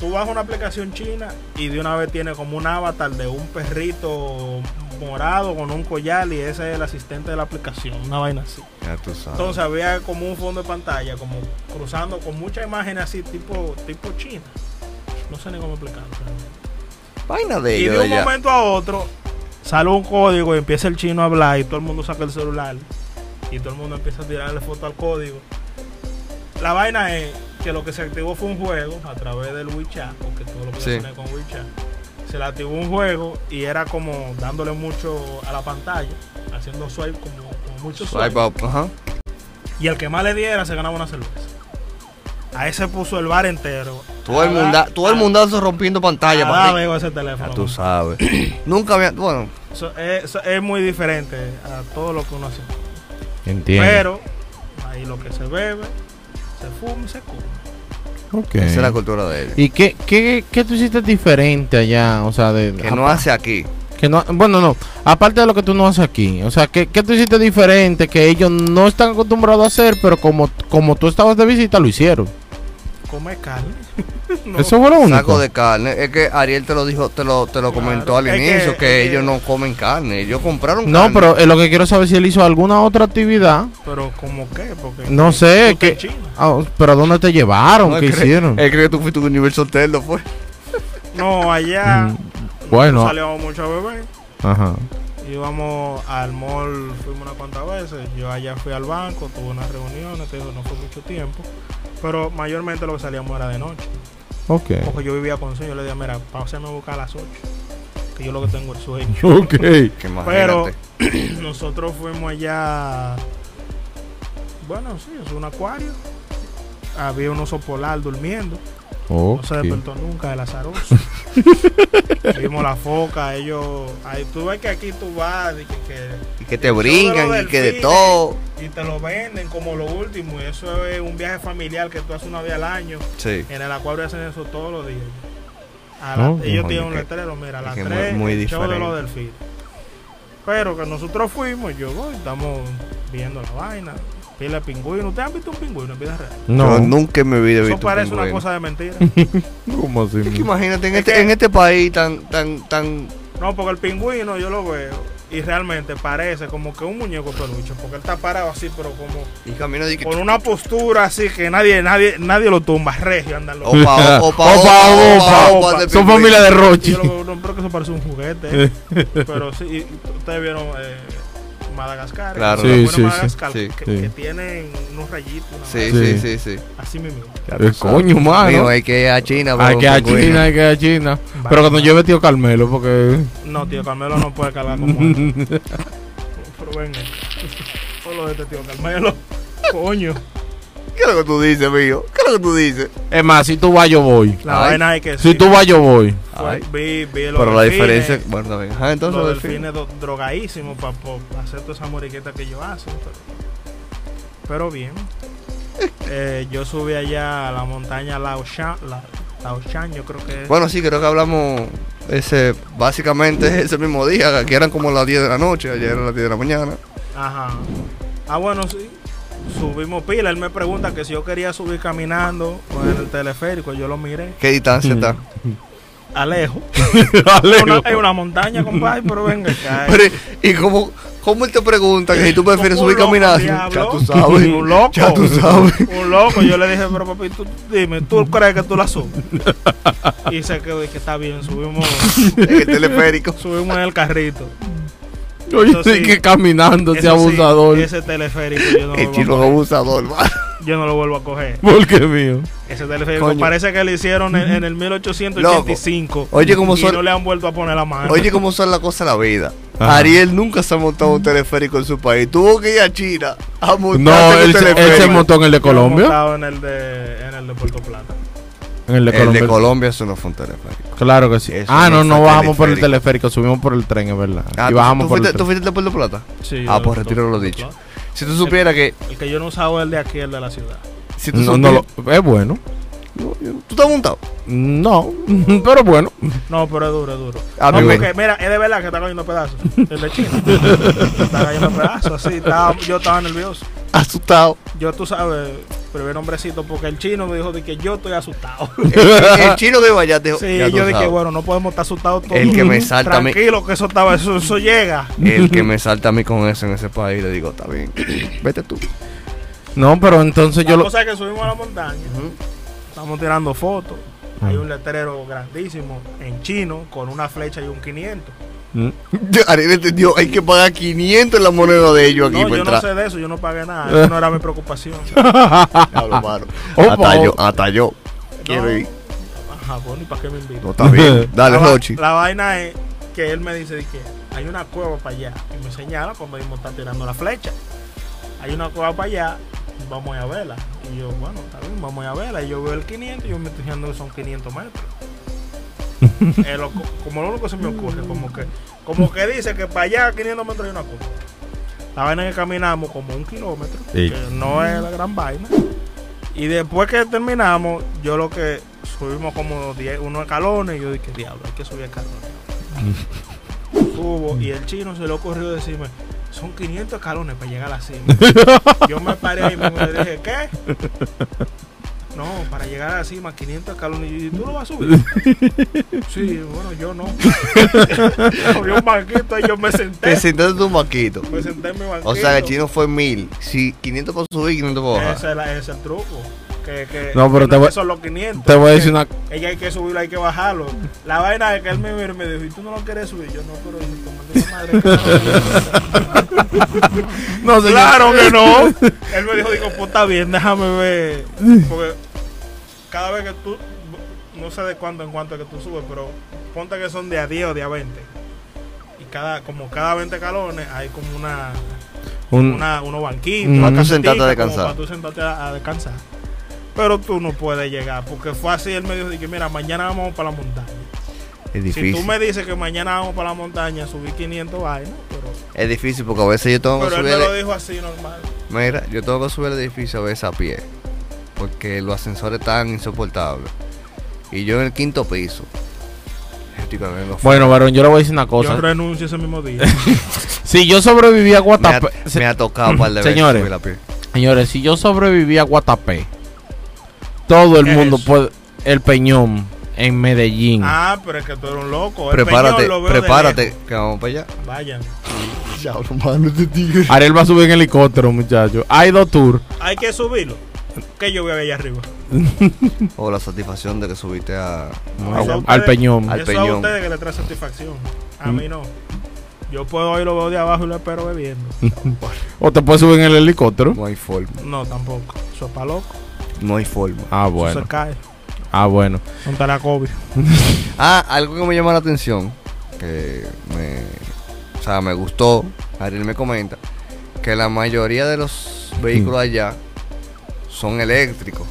A: tú vas a una aplicación china y de una vez tiene como un avatar de un perrito morado con un collar y ese es el asistente de la aplicación, una vaina así.
B: Ya tú sabes.
A: Entonces había como un fondo de pantalla, como cruzando con muchas imágenes así, tipo, tipo China. No sé ni cómo explicarlo. realmente.
B: Vaina de
A: Y
B: ellos
A: de
B: de
A: un
B: allá.
A: momento a otro, sale un código y empieza el chino a hablar y todo el mundo saca el celular y todo el mundo empieza a tirarle foto al código. La vaina es que lo que se activó fue un juego a través del WeChat, porque todo lo que
B: Sí.
A: con WeChat. Se le activó un juego y era como dándole mucho a la pantalla, haciendo swipe como, como mucho swipe.
B: Swipe up, ajá.
A: Y el que más le diera se ganaba una cerveza. A ese puso el bar entero.
B: Todo el,
A: A dar-
B: munda- todo el
A: a-
B: mundazo rompiendo
A: a
B: pantalla.
A: dar
B: papi.
A: bebo ese
B: Ya
A: teléfono.
B: tú sabes. *clears throat* Nunca había. Bueno,
A: Eso es, eso es muy diferente a todo lo que uno hace.
C: Entiendo.
A: Pero ahí lo que se bebe, se fuma y se come.
C: Ok.
B: Esa es la cultura de ellos.
C: ¿Y qué, qué, qué tú hiciste diferente allá? O sea, de,
B: Que no
C: apa-
B: hace aquí.
C: que no- bueno, no. Aparte de lo que tú no haces aquí. O sea, ¿qué, qué tú hiciste diferente que ellos no están acostumbrados a hacer, pero como, como tú estabas de visita, lo hicieron?
A: Come carne. *laughs* No.
C: Eso fue lo único.
B: Saco de carne. Es que Ariel te lo dijo, te lo, te lo
A: Claro,
B: comentó al
A: es que-
B: inicio, que,
A: es que-
B: ellos no comen carne. Ellos compraron
C: No,
B: carne.
C: pero eh, lo que quiero saber es si él hizo alguna otra actividad.
A: Pero como qué, porque
C: No sé,
A: porque
C: que-
A: en China.
C: Ah, pero ¿dónde te llevaron?
B: No, Eh,
C: ¿Qué
B: él cree-
C: hicieron?
B: Él cree que tú fuiste a un universo hotel, ¿no fue?
A: No, allá
C: Mm, Bueno,
A: salíamos mucho a beber.
C: ajá.
A: Íbamos al mall, fuimos unas cuantas veces. Yo allá fui al banco, tuve unas reuniones, te digo, no fue mucho tiempo. Pero mayormente lo que salíamos era de noche.
C: Ok.
A: Porque yo vivía con sueño, yo le decía, mira, pásenme a buscar a las 8. Que yo lo que tengo es sueño.
C: *laughs* *laughs*
A: *laughs*
C: Ok.
B: Que imagínate.
A: Pero- Nosotros fuimos allá. Bueno, sí, es un acuario. Había un oso polar durmiendo. No se
C: Ok.
A: despertó nunca el azaroso.
C: *laughs*
A: Vimos la foca, ellos. Ahí tú ves que aquí tú vas y que- que-
B: Y que te brincan y que de todo.
A: y te lo venden como lo último. Y eso es un viaje familiar que tú haces una vez al año.
B: Sí.
A: En el acuario hacen eso todos los días. A la-
C: Oh,
B: coño,
A: ellos tienen un
B: que-
A: letrero, mira, a las
B: que es
A: 3,
B: muy- muy
A: el show de
B: diferente.
A: los delfines. Pero que nosotros fuimos, yo voy, estamos viendo la vaina, pila de pingüino. ¿Ustedes han visto un pingüino en vida real?
B: Yo
C: No,
B: nunca en mi vida he
A: Eso
B: visto un
A: parece una
B: pingüino.
A: cosa de
B: *laughs*
A: mentira.
C: ¿Cómo así? *laughs*
B: Es que imagínate, en,
A: Es
B: este,
A: que-
B: en este país tan, tan, tan...
A: No, porque el pingüino yo lo veo y realmente parece como que un muñeco peluche, porque él está parado así, pero como
B: Y camino de que...
A: con una postura así que nadie nadie nadie lo tumba, regio, andan
B: Oh,
A: los.
B: *laughs* Opa, opa, opa,
C: Opa, opa,
B: opa, de
C: Son
B: pingüino.
C: familia de
A: Y
C: Rochi.
A: Yo lo veo, no creo que eso parece un juguete,
C: *laughs*
A: eh. pero sí, y- y ustedes vieron eh, Madagascar.
B: Claro.
A: los
C: Sí,
A: pingüinos
C: sí, sí,
A: Madagascar,
B: sí,
A: que,
C: sí.
A: que tienen unos rayitos, una
B: Sí,
A: vaina,
B: sí, sí,
C: Sí.
B: sí.
A: así mismo.
C: El coño,
B: Mío,
C: mano.
B: Eh, hay que ir a China. para
C: Hay
B: un
C: que a
B: pingüino.
C: China, hay que a China. Pero cuando yo vestido Carmelo, porque.
A: No, tío Carmelo no puede cargar
C: *laughs*
A: como él. Pero venga, por lo de este tío Carmelo, coño.
B: ¿Qué es lo que tú dices, mío? ¿Qué es lo que tú dices?
C: Es más, si tú vas, yo voy.
A: La
B: Ay.
A: vaina es que
C: Si
A: sí.
C: tú vas, yo *laughs* voy.
A: Fue-
B: Ay.
A: vi, vi los
B: Pero la
A: delfines,
B: diferencia... Bueno, también. Ajá, entonces
A: los
B: los
A: delfines
B: delfines.
A: do- drogadísimos para hacer toda esa moriqueta que ellos hacen. Pero, pero
B: *laughs*
A: bien. Eh, yo subí allá a la montaña Laoshan, la, Laoshan, yo creo que es.
B: Bueno, sí, creo que hablamos ese básicamente *laughs* ese mismo día, que eran como las 10 de la noche, ayer eran las 10 de la mañana.
A: Ajá. Ah, bueno, sí. Subimos pila. Él me pregunta que si yo quería subir caminando con el teleférico. Yo lo miré.
B: ¿Qué distancia está? *laughs*
A: Alejo.
C: Dale,
A: Una- hay una montaña, compadre, pero venga acá.
B: Pero, ¿y cómo, cómo él te pregunta que si tú prefieres
A: Como un
B: subir
A: loco,
B: caminando?
A: diablo.
B: Ya tú sabes.
A: Un loco.
B: Ya tú *laughs* sabes.
A: Un loco. Yo le dije, pero papi, tú dime, ¿tú crees que tú la
B: *laughs*
A: subes? Y se quedó y que está bien, subimos,
B: En el teleférico.
A: subimos en el carrito.
C: Oye,
A: Eso sí.
C: sí que caminando ese
A: Eso sí,
C: abusador.
A: ese teleférico yo no,
B: *laughs* El
A: lo
B: chino
A: vuelvo,
B: es abusador, man.
A: yo no lo vuelvo a coger.
C: Porque mío.
A: Ese teleférico
B: Coño.
A: parece que lo hicieron en, en el 1885.
B: Oye, cómo
A: y
B: son-
A: no le han vuelto a poner la mano.
B: Oye, cómo son las cosas de la vida.
C: Ajá. Mm.
B: Ariel nunca se ha montado un teleférico en su país. Tuvo que ir a China a montarse
C: No,
B: en un
C: él, se- él se
B: teleférico.
C: montó en el de
A: Yo lo he
C: Colombia.
A: montado En el de, en el de Puerto Plata.
C: En el de
B: el
C: Colombia.
B: de Colombia eso no fue un teleférico.
C: Claro que sí.
B: Eso
C: Ah,
B: no
C: no, no
B: fue
C: bajamos por el
B: teleférico.
C: teleférico, subimos por el tren, es verdad.
B: Ah,
C: y
B: ¿tú-
C: bajamos
B: tú,
C: por el
B: fuiste, ¿Tú
C: tren.
B: fuiste al Puerto Plata?
A: Sí,
B: Ah,
A: yo
B: pues
A: lo-
B: retiro lo
A: Puerto
B: dicho.
A: Plata.
B: Si tú supieras que...
A: El que yo no usaba es el de aquí, el de la ciudad.
B: Si tú
C: No, no,
B: supieras-
C: lo- es bueno.
B: No, yo- ¿Tú estás montado?
C: No, *laughs*
A: *laughs*
C: pero bueno.
A: No, pero es duro, es duro.
B: A
A: no,
B: mí me-
A: porque, mira, es de verdad que está cayendo pedazos. El de
B: *laughs*
A: China. está cayendo pedazos, así. estaba- yo estaba nervioso.
B: Asustado.
A: Yo, tú sabes, primer hombrecito, porque el chino me dijo de que yo estoy asustado.
B: El, el chino que iba allá te dijo,
A: Sí,
B: ya tú
A: yo dije,
B: sabes.
A: bueno, no podemos estar asustados todos.
B: El que me salta a mí-
A: Tranquilo, que eso, estaba, eso, eso llega.
B: El
C: *laughs*
B: que me salta a mí con eso en ese país, le digo, está bien, vete tú. *laughs*
C: No, pero entonces
A: La
C: yo lo.
A: cosa es que subimos a la montaña, estamos tirando fotos. Hay un letrero grandísimo en chino con una flecha y un 500.
C: Mm.
B: Ariel entendió, hay que pagar 500 en la moneda de ellos aquí
A: No,
B: para
A: yo no
B: entrar.
A: sé de eso, yo no pagué
B: *laughs*
A: nada. Eso no era mi preocupación.
B: Diablo,
C: *laughs*
B: mano.
C: Opa.
B: Hasta yo, hasta yo. Quiero
A: No.
B: ir.
A: Ajá, bueno, ¿y para qué me invitan?
B: No,
A: *laughs*
B: está bien. Dale,
A: la, va-
B: Rochi.
A: la vaina es que él me dice de que hay una cueva para allá. Y me señala cuando mismo está tirando la flecha. Hay una cueva para allá, vamos a ir a verla. Y yo, bueno, está bien, vamos a ir a verla. Y yo veo el 500 y yo me estoy fijando que son 500
B: *laughs*
A: metros. Es lo co- como lo único que se me ocurre, como que, como que dice que para allá 500 metros hay una cueva. La vaina que caminamos como un kilómetro,
D: Sí.
A: que no es la gran vaina. Y después que terminamos, yo lo que subimos como 10, unos escalones, y yo dije, diablo, hay que subir
C: *laughs*
A: escalones. Subo, y el chino se le ocurrió decirme, son 500 escalones para llegar a la cima.
C: *laughs*
A: yo me paré ahí mismo y le dije, ¿qué? No, para llegar a la cima, 500 escalones. Y yo, ¿tú lo vas a
C: *laughs*
A: subir? sí, bueno, yo no. Había un banquito y yo me senté.
B: Te sentaste un maquito.
A: Me senté en mi banquito.
B: O sea, el chino fue mil. Si 500 para subir, 500 para bajar.
A: Ese es, la- ese es el truco. Que, que,
C: No, pero
A: que
C: te voy-
A: son los 500.
C: *laughs* Te voy a
A: que
C: decir una
A: Ella hay que subirlo, hay que bajarlo. La vaina es que él me miró y me dijo, ¿y tú no lo quieres subir? Yo no, pero ni tu maldita madre. *laughs*
C: No, señor.
A: claro que no. Él me dijo, digo, pues está bien, déjame ver. Porque cada vez que tú, no sé de cuánto en cuánto es que tú subes, pero ponte que son de a 10 o de a 20. Y cada, como cada 20 calones hay como una,
C: *laughs* Un-
A: una, unos banquitos.
C: Mm.
A: una
B: Para tú sentarte a
A: canastica, como
B: descansar.
A: Para tú sentarte a, a descansar. Pero tú no puedes llegar, porque fue así, él me dijo, dije, mira, mañana vamos para la montaña.
B: Es
A: Si
B: difícil.
A: tú me dices que mañana vamos para la montaña, subí 500 vainas, pero,
B: Es difícil porque a veces yo tengo que
A: pero él
B: subir.
A: me lo
B: el-
A: dijo así normal.
B: Mira, yo tengo que subir el edificio a veces a pie. Porque los ascensores están insoportables. Y yo en el quinto piso. Estoy corriendo fuerte.
C: Bueno, varón, yo le voy a decir una
A: Yo
C: cosa.
A: renuncio ese mismo
B: *laughs*
A: día.
C: Si yo sobreviví a
B: me ha,
C: Guatapé. se-
B: me ha tocado un par de veces
C: Señores.
B: subir a pie.
A: pues,
C: Señores, si yo sobreviví a Guatapé, todo el
A: ¿Qué es
C: mundo
A: eso?
C: puede. El Peñón en Medellín.
A: ah, pero es que tú eres un loco. El
B: Prepárate,
A: Peñón lo veo de
B: prepárate, que vamos para allá.
A: lejos. Vayan.
B: Ya, hermano, este tigre.
C: Ariel va a subir en helicóptero, muchachos. Hay dos tours.
A: Hay que subirlo. Que yo voy a ver allá arriba.
B: O la satisfacción de que subiste a.
A: No, eso a
C: al
A: ustedes-
C: Peñón.
B: Al
A: Eso a
B: Peñón. Mm.
A: ustedes que le trae satisfacción. A mí no. Yo puedo ir, lo veo de abajo y lo espero
B: *laughs*
A: bebiendo.
C: O te puedes subir en el helicóptero.
B: No hay forma.
A: No, tampoco. Eso es pa' loco.
B: No hay forma.
C: Ah,
A: Eso
C: bueno.
A: se cae.
C: Ah, bueno.
A: Monta la COVID.
B: Ah, algo que me llamó la atención, que me, o sea, me gustó, Ariel me comenta, que la mayoría de los vehículos allá son eléctricos.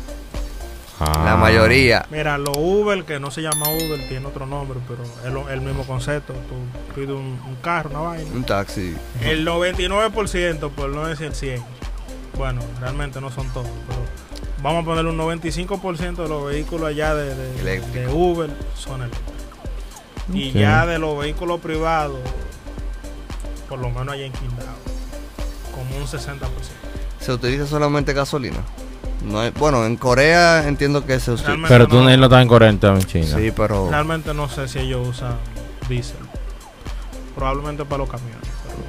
B: La
C: Ah.
B: mayoría.
A: Mira, los Uber, que no se llama Uber, tiene otro nombre, pero es lo- el mismo concepto. Tú pides un, un carro, una vaina.
B: Un taxi.
A: El 99%, por no decir 100. Bueno, realmente no son todos, pero vamos a ponerle un 95% de los vehículos allá de, de- de
B: Eléctrico.
A: Uber son eléctricos. Y
C: Ok.
A: ya de los vehículos privados, por lo menos allá en Quindao, como un 60%.
B: Se utiliza solamente gasolina. No hay- bueno, en Corea entiendo que se utiliza.
A: Realmente
C: Ah. Pero tú
A: no-
C: no estás en corriente, mi china.
B: Sí, pero
A: Realmente no sé si ellos usan diésel. Probablemente para los camiones.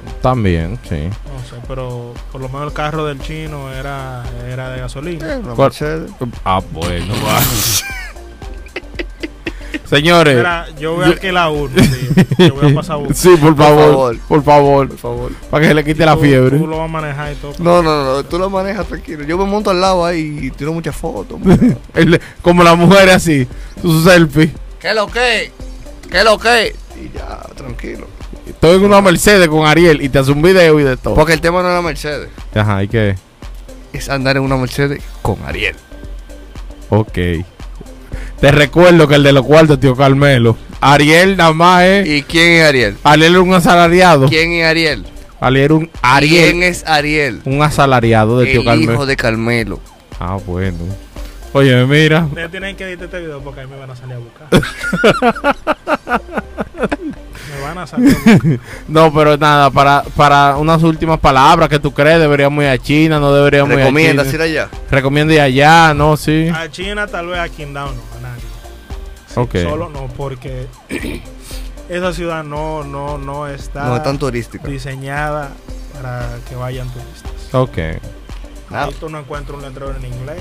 A: pero
C: También, sí.
A: no sé, pero por lo menos el carro del chino era, era de gasolina.
B: Eh, una
C: ¿Cuál?
B: Mercedes.
C: Ah, bueno. *laughs* va. Señores.
A: Mira, yo voy a alquilar uno, tío. Yo
C: *laughs*
A: voy a pasar uno.
C: Sí, por favor.
B: favor.
C: Por favor.
B: por favor.
C: Para que se le quite la
A: Tú-
C: fiebre.
A: Tú lo vas a manejar y todo.
B: No, no, no, tú lo manejas tranquilo. Yo me monto al lado ahí y tiro muchas fotos. mira.
C: *laughs* El- como la mujer así. Su selfie.
B: ¿Qué lo que? ¿Qué lo que? Y ya, tranquilo.
C: Estoy en una Mercedes con Ariel y te hace un video y de todo.
B: Porque el tema no es la Mercedes.
C: Ajá, hay que.
B: es andar en una Mercedes con Ariel.
C: Ok. Te recuerdo que el de los cuartos, tío Carmelo. Ariel nada más es.
B: ¿Y quién es Ariel?
C: Ariel era un asalariado.
B: ¿Quién es Ariel?
C: Ariel era un.
B: ¿Quién
C: Ariel.
B: es Ariel?
C: Un asalariado de
B: El
C: tío
B: hijo
C: Carmelo.
B: de Carmelo.
C: Ah, bueno. Oye, mira.
A: Ustedes tienen que editar este video porque ahí me van a salir a
C: *laughs*
A: buscar. me van a salir a buscar.
C: No, pero nada, para, para unas últimas palabras que tú crees, deberíamos ir a China, no deberíamos ir a
B: ¿Recomiendas
C: China.
B: ir allá?
C: Recomienda ir allá, no, sí.
A: A China, tal vez a Qingdao no, a nadie.
C: ok.
A: Solo no, porque *clears throat* esa ciudad no, no, no está
B: No, es tan turística.
A: diseñada para que vayan turistas.
C: Ok.
B: Ah,
A: Ahí tú no encuentras un letrero en inglés.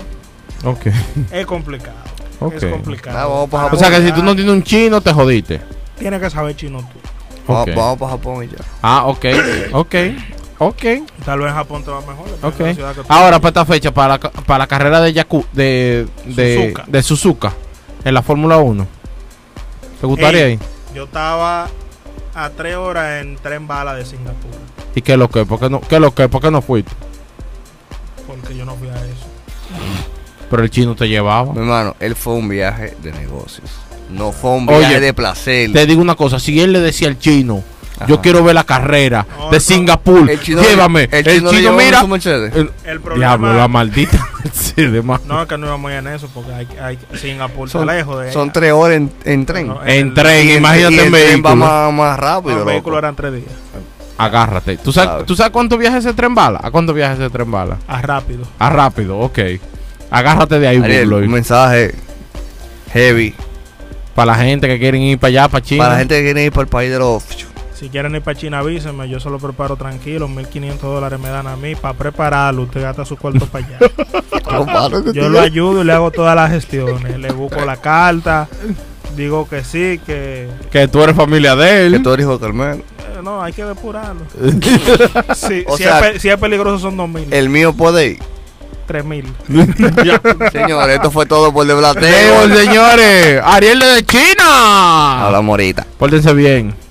C: Ok.
A: Es complicado.
C: Ok.
A: Es complicado.
B: Ah, vamos para
A: Para
C: O sea que si tú no
A: volar,
C: tienes un chino, te jodiste.
A: Tienes que saber chino tú.
B: va-
C: Ok.
B: Vamos para Japón y ya.
C: Ah,
A: *coughs*
C: ok. Ok. Ok.
A: Tal vez en Japón te va mejor. depende
C: Ok.
A: de la ciudad que tú
C: Ahora, para esta fecha, para la, ca- para la carrera de, Yaku, de, de,
A: Suzuka.
C: de Suzuka en la Fórmula 1. ¿Te gustaría
A: Ey.
C: ir?
A: Yo estaba a tres horas en tren bala de Singapur,
C: ¿Y qué es lo que? ¿Por qué no, qué es lo que? ¿Por qué no fuiste?
A: porque yo no fui a eso.
C: Pero el chino te llevaba.
B: Mi hermano, él fue un viaje de negocios. No fue un
C: Oye,
B: viaje de placer.
C: Te digo una cosa, si él le decía al chino, Yo quiero ver la carrera
A: No,
C: de
A: no.
C: Singapur. Llévame. El chino,
B: le llevó
C: mira.
B: su Mercedes.
C: el-
A: El problema.
C: Diablo, la maldita. *laughs* Mercedes, man.
A: No, es que no vamos a ir en eso porque hay, hay Singapur está
B: Son,
A: lejos de
B: son
A: allá.
B: tres horas en, en tren.
A: No,
C: en
A: el-
C: tren, Eh,
B: Y el-
C: imagínate
B: y el
C: en
B: tren
C: vehículo.
B: va más, más
A: No,
B: rápido.
A: el vehículo
B: loco.
A: eran tres días.
C: Agárrate. ¿Tú sabes,
B: Sabes.
C: ¿Tú sabes cuánto viaja ese tren bala? ¿A cuánto viaja ese tren bala?
A: A rápido.
C: A rápido, ok. Agárrate de ahí,
B: Ariel,
C: Burloy.
B: un mensaje heavy
C: Para la gente que quieren ir para allá, para China.
B: para la gente que quiere ir para el país de los.
A: Si quieren ir para China, avísenme. Yo se lo preparo tranquilo. 1.500 dólares me dan a mí para prepararlo. Usted gasta su cuarto para
B: *laughs*
A: allá.
B: Lo malo que
A: Yo
B: tú-
A: lo ayudo y le hago todas las gestiones. Le busco la carta. Digo que sí, que
C: Que tú eres familia de
B: que
C: él. *laughs*
B: tú eres hijo de Carmelo.
A: eh, no, hay que depurarlo. Sí,
B: O
A: si,
B: sea- eh,
A: es, pe- si es peligroso son 2.000,
B: *laughs* El mío puede ir.
A: 3.000.
B: Señores, esto fue todo por de
C: Teo, señores. Ariel de China.
B: Hablamos ahorita.
C: Pórtense bien.